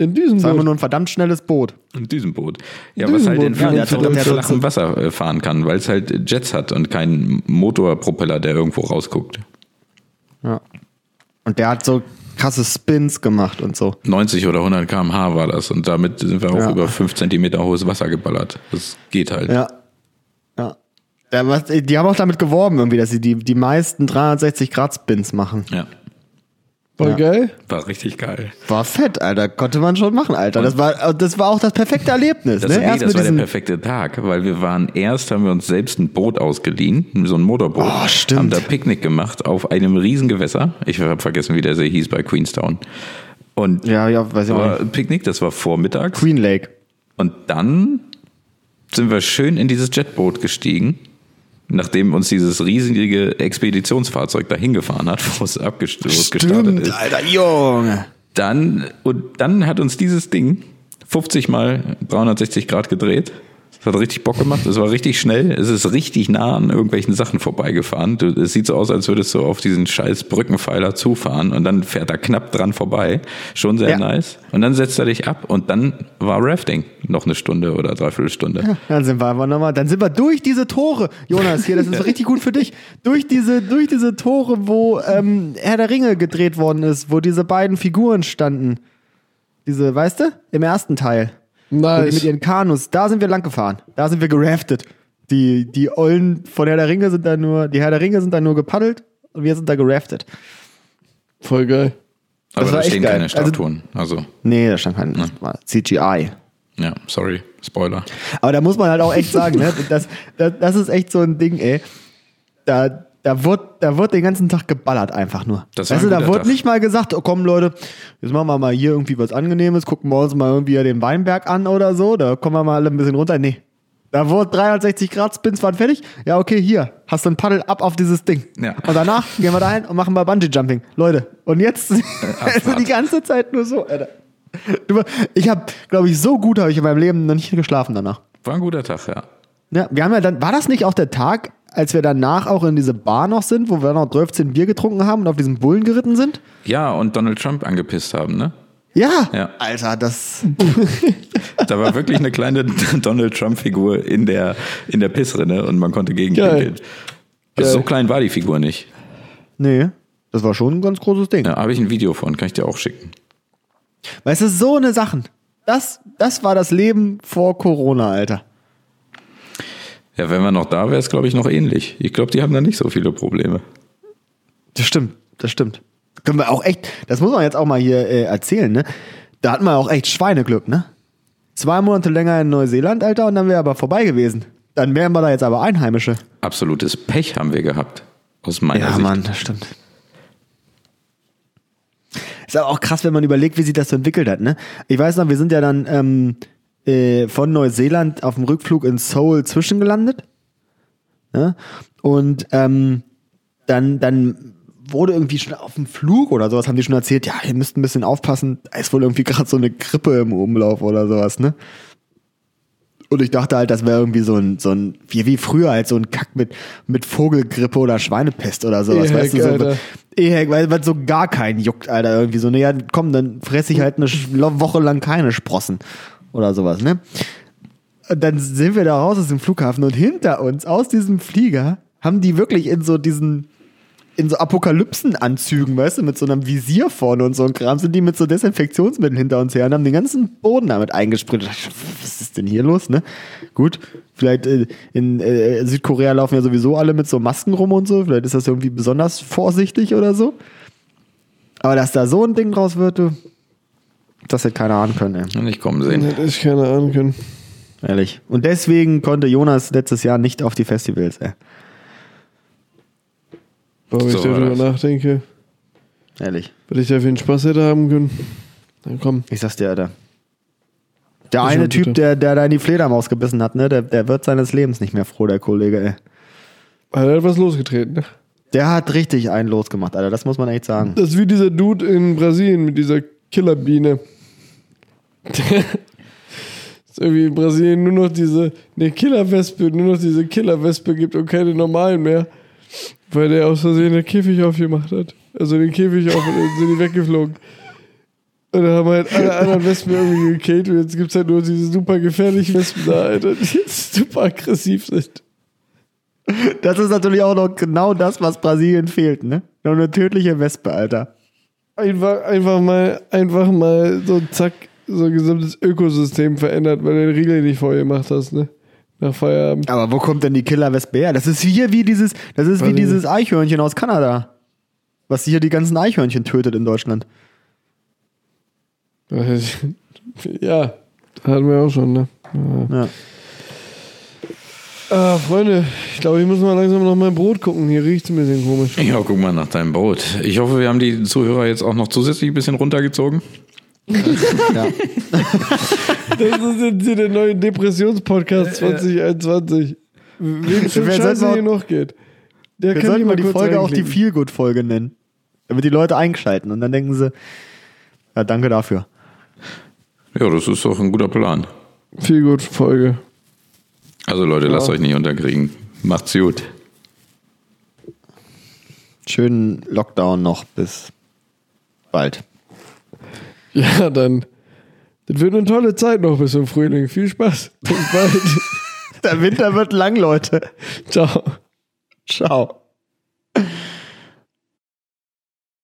S3: Ein
S2: Das war immer
S3: Düsenjet.
S2: nur ein verdammt schnelles Boot.
S1: Ein Düsenboot. Ja,
S3: Ein
S1: was halt in
S3: Düsenboot. Ja,
S2: der hat doch-
S1: flachem
S2: der hat doch
S1: flachem Wasser äh, fahren kann, weil es halt Jets hat und keinen Motorpropeller, der irgendwo rausguckt.
S2: Ja. Und der hat so krasse Spins gemacht und so.
S1: 90 oder 100 km/h war das und damit sind wir auch
S2: Ja.
S1: über 5 Zentimeter hohes Wasser geballert. Das geht halt.
S2: Ja. Ja. Ja, was- Die haben auch damit geworben, irgendwie, dass sie die, die meisten 360-Grad-Spins machen.
S1: Ja.
S3: War
S2: Ja.
S3: geil.
S1: War richtig geil.
S2: War fett, Alter. Konnte man schon machen, Alter. Das war, äh, das war auch das perfekte Erlebnis.
S1: Das,
S2: ne?
S1: nee,
S2: Erst
S1: das
S2: mit
S1: war der
S2: diesen,
S1: perfekte Tag, weil wir waren erst, haben wir uns selbst ein Boot ausgeliehen, so ein Motorboot.
S2: Oh, stimmt.
S1: Haben da Picknick gemacht auf einem Riesengewässer. Ich habe vergessen, wie der See hieß bei Queenstown. Und
S2: ja, ja, weiß ich auch
S1: war
S2: nicht.
S1: ein Picknick, das war vormittags.
S2: Queen Lake.
S1: Und dann sind wir schön in dieses Jetboot gestiegen, nachdem uns dieses riesige Expeditionsfahrzeug dahin gefahren hat, wo es abgestürzt gestartet ist.
S2: Alter, Junge.
S1: Dann, und dann hat uns dieses Ding 50 mal 360 Grad gedreht. Das hat richtig Bock gemacht. Es war richtig schnell. Es ist richtig nah an irgendwelchen Sachen vorbeigefahren. Du- Es sieht so aus, als würdest du auf diesen scheiß Brückenpfeiler zufahren und dann fährt er knapp dran vorbei. Schon sehr
S2: Ja.
S1: nice. Und dann setzt er dich ab und dann war Rafting noch eine Stunde oder dreiviertel Stunde.
S2: Dann sind wir einfach nochmal, dann sind wir durch diese Tore, Jonas, hier, das ist richtig gut für dich, durch diese, durch diese Tore, wo ähm, Herr der Ringe gedreht worden ist, wo diese beiden Figuren standen. Diese, weißt du, im ersten Teil. Wo die
S3: Nice.
S2: mit ihren Kanus, da sind wir lang gefahren, da sind wir geraftet. Die, die Ollen von Herr der Ringe sind da nur, die Herr der Ringe sind da nur gepaddelt und wir sind da geraftet.
S3: Voll geil.
S1: Aber
S2: war
S1: da
S2: echt
S1: stehen
S2: geil.
S1: keine
S2: Also-
S1: Statuen. Also,
S2: Nee, da stand halt kein das war CGI.
S1: ja, sorry. Spoiler.
S2: Aber da muss man halt auch echt sagen, ne? das, das, das ist echt so ein Ding, ey. Da, da, wird, da wird den ganzen Tag geballert einfach nur.
S1: Das war
S2: weißt du,
S1: ein
S2: da
S1: guter
S2: wird
S1: Tag.
S2: nicht mal gesagt, oh komm Leute, jetzt machen wir mal hier irgendwie was Angenehmes, gucken wir uns mal irgendwie den Weinberg an oder so, da kommen wir mal alle ein bisschen runter. Nee. Da wurde 360 Grad Spins waren fertig. Ja, okay, hier. Hast du ein Paddel ab auf dieses Ding.
S1: Ja.
S2: Und danach gehen wir da hin und machen mal Bungee Jumping. Leute, und
S1: Äh,
S2: jetzt also die ganze Zeit nur so, Alter. Du- Ich habe, glaube ich, so gut habe ich in meinem Leben noch nicht geschlafen danach.
S1: War ein guter Tag, ja.
S2: Ja, wir haben ja dann, war das nicht auch der Tag, als wir danach auch in diese Bar noch sind, wo wir noch 13 Bier getrunken haben und auf diesen Bullen geritten sind?
S1: Ja, und Donald Trump angepisst haben, ne?
S2: Ja.
S1: Ja.
S2: Alter, das.
S1: Da war wirklich eine kleine Donald Trump-Figur in der, in der Pissrinne und man konnte gegenpinkeln. Also so klein war die Figur nicht.
S2: Nee. Das war schon ein ganz großes Ding.
S1: Da habe ich ein Video von, kann ich dir auch schicken.
S2: Weißt du, so eine Sachen. Das, das war das Leben vor Corona, Alter.
S1: Ja, wenn wir noch da wäre, ist glaube ich noch ähnlich. Ich glaube, die haben da nicht so viele Probleme.
S2: Das stimmt, das stimmt. Können wir auch echt, das muss man jetzt auch mal hier äh, erzählen, ne? Da hatten wir auch echt Schweineglück, ne? Zwei Monate länger in Neuseeland, Alter, und dann wäre aber vorbei gewesen. Dann wären wir da jetzt aber Einheimische.
S1: Absolutes Pech haben wir gehabt. Aus meiner Sicht.
S2: das stimmt. Ist aber auch krass, wenn man überlegt, wie sich das so entwickelt hat, ne? Ich weiß noch, wir sind ja dann ähm, äh, von Neuseeland auf dem Rückflug in Seoul zwischengelandet. Ne? Und ähm, dann, dann wurde irgendwie schon auf dem Flug oder sowas, haben die schon erzählt, ja, ihr müsst ein bisschen aufpassen, da ist wohl irgendwie gerade so eine Grippe im Umlauf oder sowas, ne? Und ich dachte halt, das wäre irgendwie so ein, so ein, wie, wie früher halt so ein Kack mit, mit Vogelgrippe oder Schweinepest oder sowas,
S3: Ehek,
S2: weißt du, so,
S3: Alter.
S2: Ehek, weil, weil so gar keinen juckt, Alter, irgendwie so, ne, ja, komm, dann fress ich halt eine Sch- Woche lang keine Sprossen oder sowas, ne? Und dann sind wir da raus aus dem Flughafen und hinter uns, aus diesem Flieger, haben die wirklich in so diesen, in so Apokalypsenanzügen, weißt du, mit so einem Visier vorne und so ein Kram, sind die mit so Desinfektionsmitteln hinter uns her und haben den ganzen Boden damit eingespritzt. Ich dachte, Was ist denn hier los, ne? Gut, vielleicht äh, in äh, Südkorea laufen ja sowieso alle mit so Masken rum und so, vielleicht ist das irgendwie besonders vorsichtig oder so. Aber dass da so ein Ding draus wird, du, das hätte keiner ahnen können, ey.
S1: Nicht kommen sehen.
S3: Hätte ich keine Ahnung können.
S2: Ehrlich. Und deswegen konnte Jonas letztes Jahr nicht auf die Festivals. Ey.
S3: Aber wenn
S1: So
S3: ich
S1: war
S3: darüber
S1: das.
S3: nachdenke,
S2: Ehrlich.
S3: würde ich da viel Spaß hätte haben können. Dann komm.
S2: Ich sag's dir, Alter. Der
S3: Ich
S2: eine
S3: hab
S2: Typ,
S3: bitte.
S2: der, der da in die Fledermaus gebissen hat, ne, der, der wird seines Lebens nicht mehr froh, der Kollege, ey.
S3: Hat er was losgetreten, ne?
S2: Der hat richtig einen losgemacht, Alter. Das muss man echt sagen.
S3: Das ist wie dieser Dude in Brasilien mit dieser Killerbiene. Der ist irgendwie in Brasilien nur noch diese, ne Killerwespe, nur noch diese Killerwespe gibt und keine normalen mehr. Weil der aus Versehen den Käfig aufgemacht hat. Also den Käfig auf und dann sind die weggeflogen. Und dann haben halt alle anderen Wespen irgendwie gekillt und jetzt gibt's halt nur diese super gefährlichen Wespen da, Alter, die jetzt super aggressiv sind.
S2: Das ist natürlich auch noch genau das, was Brasilien fehlt, ne? Nur eine tödliche Wespe, Alter.
S3: Einfach, einfach mal, einfach mal so zack, so ein gesamtes Ökosystem verändert, weil du den Riegel nicht voll gemacht hast, ne? Nach Feierabend.
S2: Aber wo kommt denn die Killerwespe her? Das ist hier wie dieses, das ist wie
S3: Brasilien.
S2: dieses Eichhörnchen aus Kanada. was hier die ganzen Eichhörnchen tötet in Deutschland.
S3: Ja, hatten wir auch schon, ne? Ja.
S2: Ja.
S3: Ah, Freunde, ich glaube, ich muss mal langsam nach meinem Brot gucken. Hier riecht es ein bisschen komisch.
S1: Ja, guck mal nach deinem Boot. Ich hoffe, wir haben die Zuhörer jetzt auch noch zusätzlich ein bisschen runtergezogen.
S3: Das ist jetzt hier der neue Depressionspodcast 2021. Wem schon
S2: Wer soll
S3: scheiße
S2: mal-
S3: hier noch geht. Der
S2: Wir
S3: kann
S2: sollten
S3: ich
S2: mal die
S3: kurz
S2: Folge auch die
S3: reinklicken.
S2: Feelgood-Folge nennen. Damit die Leute einschalten und dann denken sie, ja, danke dafür.
S1: Ja, das ist doch ein guter Plan.
S3: Viel gut Folge.
S1: Also Leute, lasst euch nicht unterkriegen. Macht's gut.
S2: Schönen Lockdown noch bis bald.
S3: Ja, dann. Das wird eine tolle Zeit noch bis zum Frühling. Viel Spaß. Bis bald.
S2: Der Winter wird lang, Leute.
S3: Ciao.
S2: Ciao.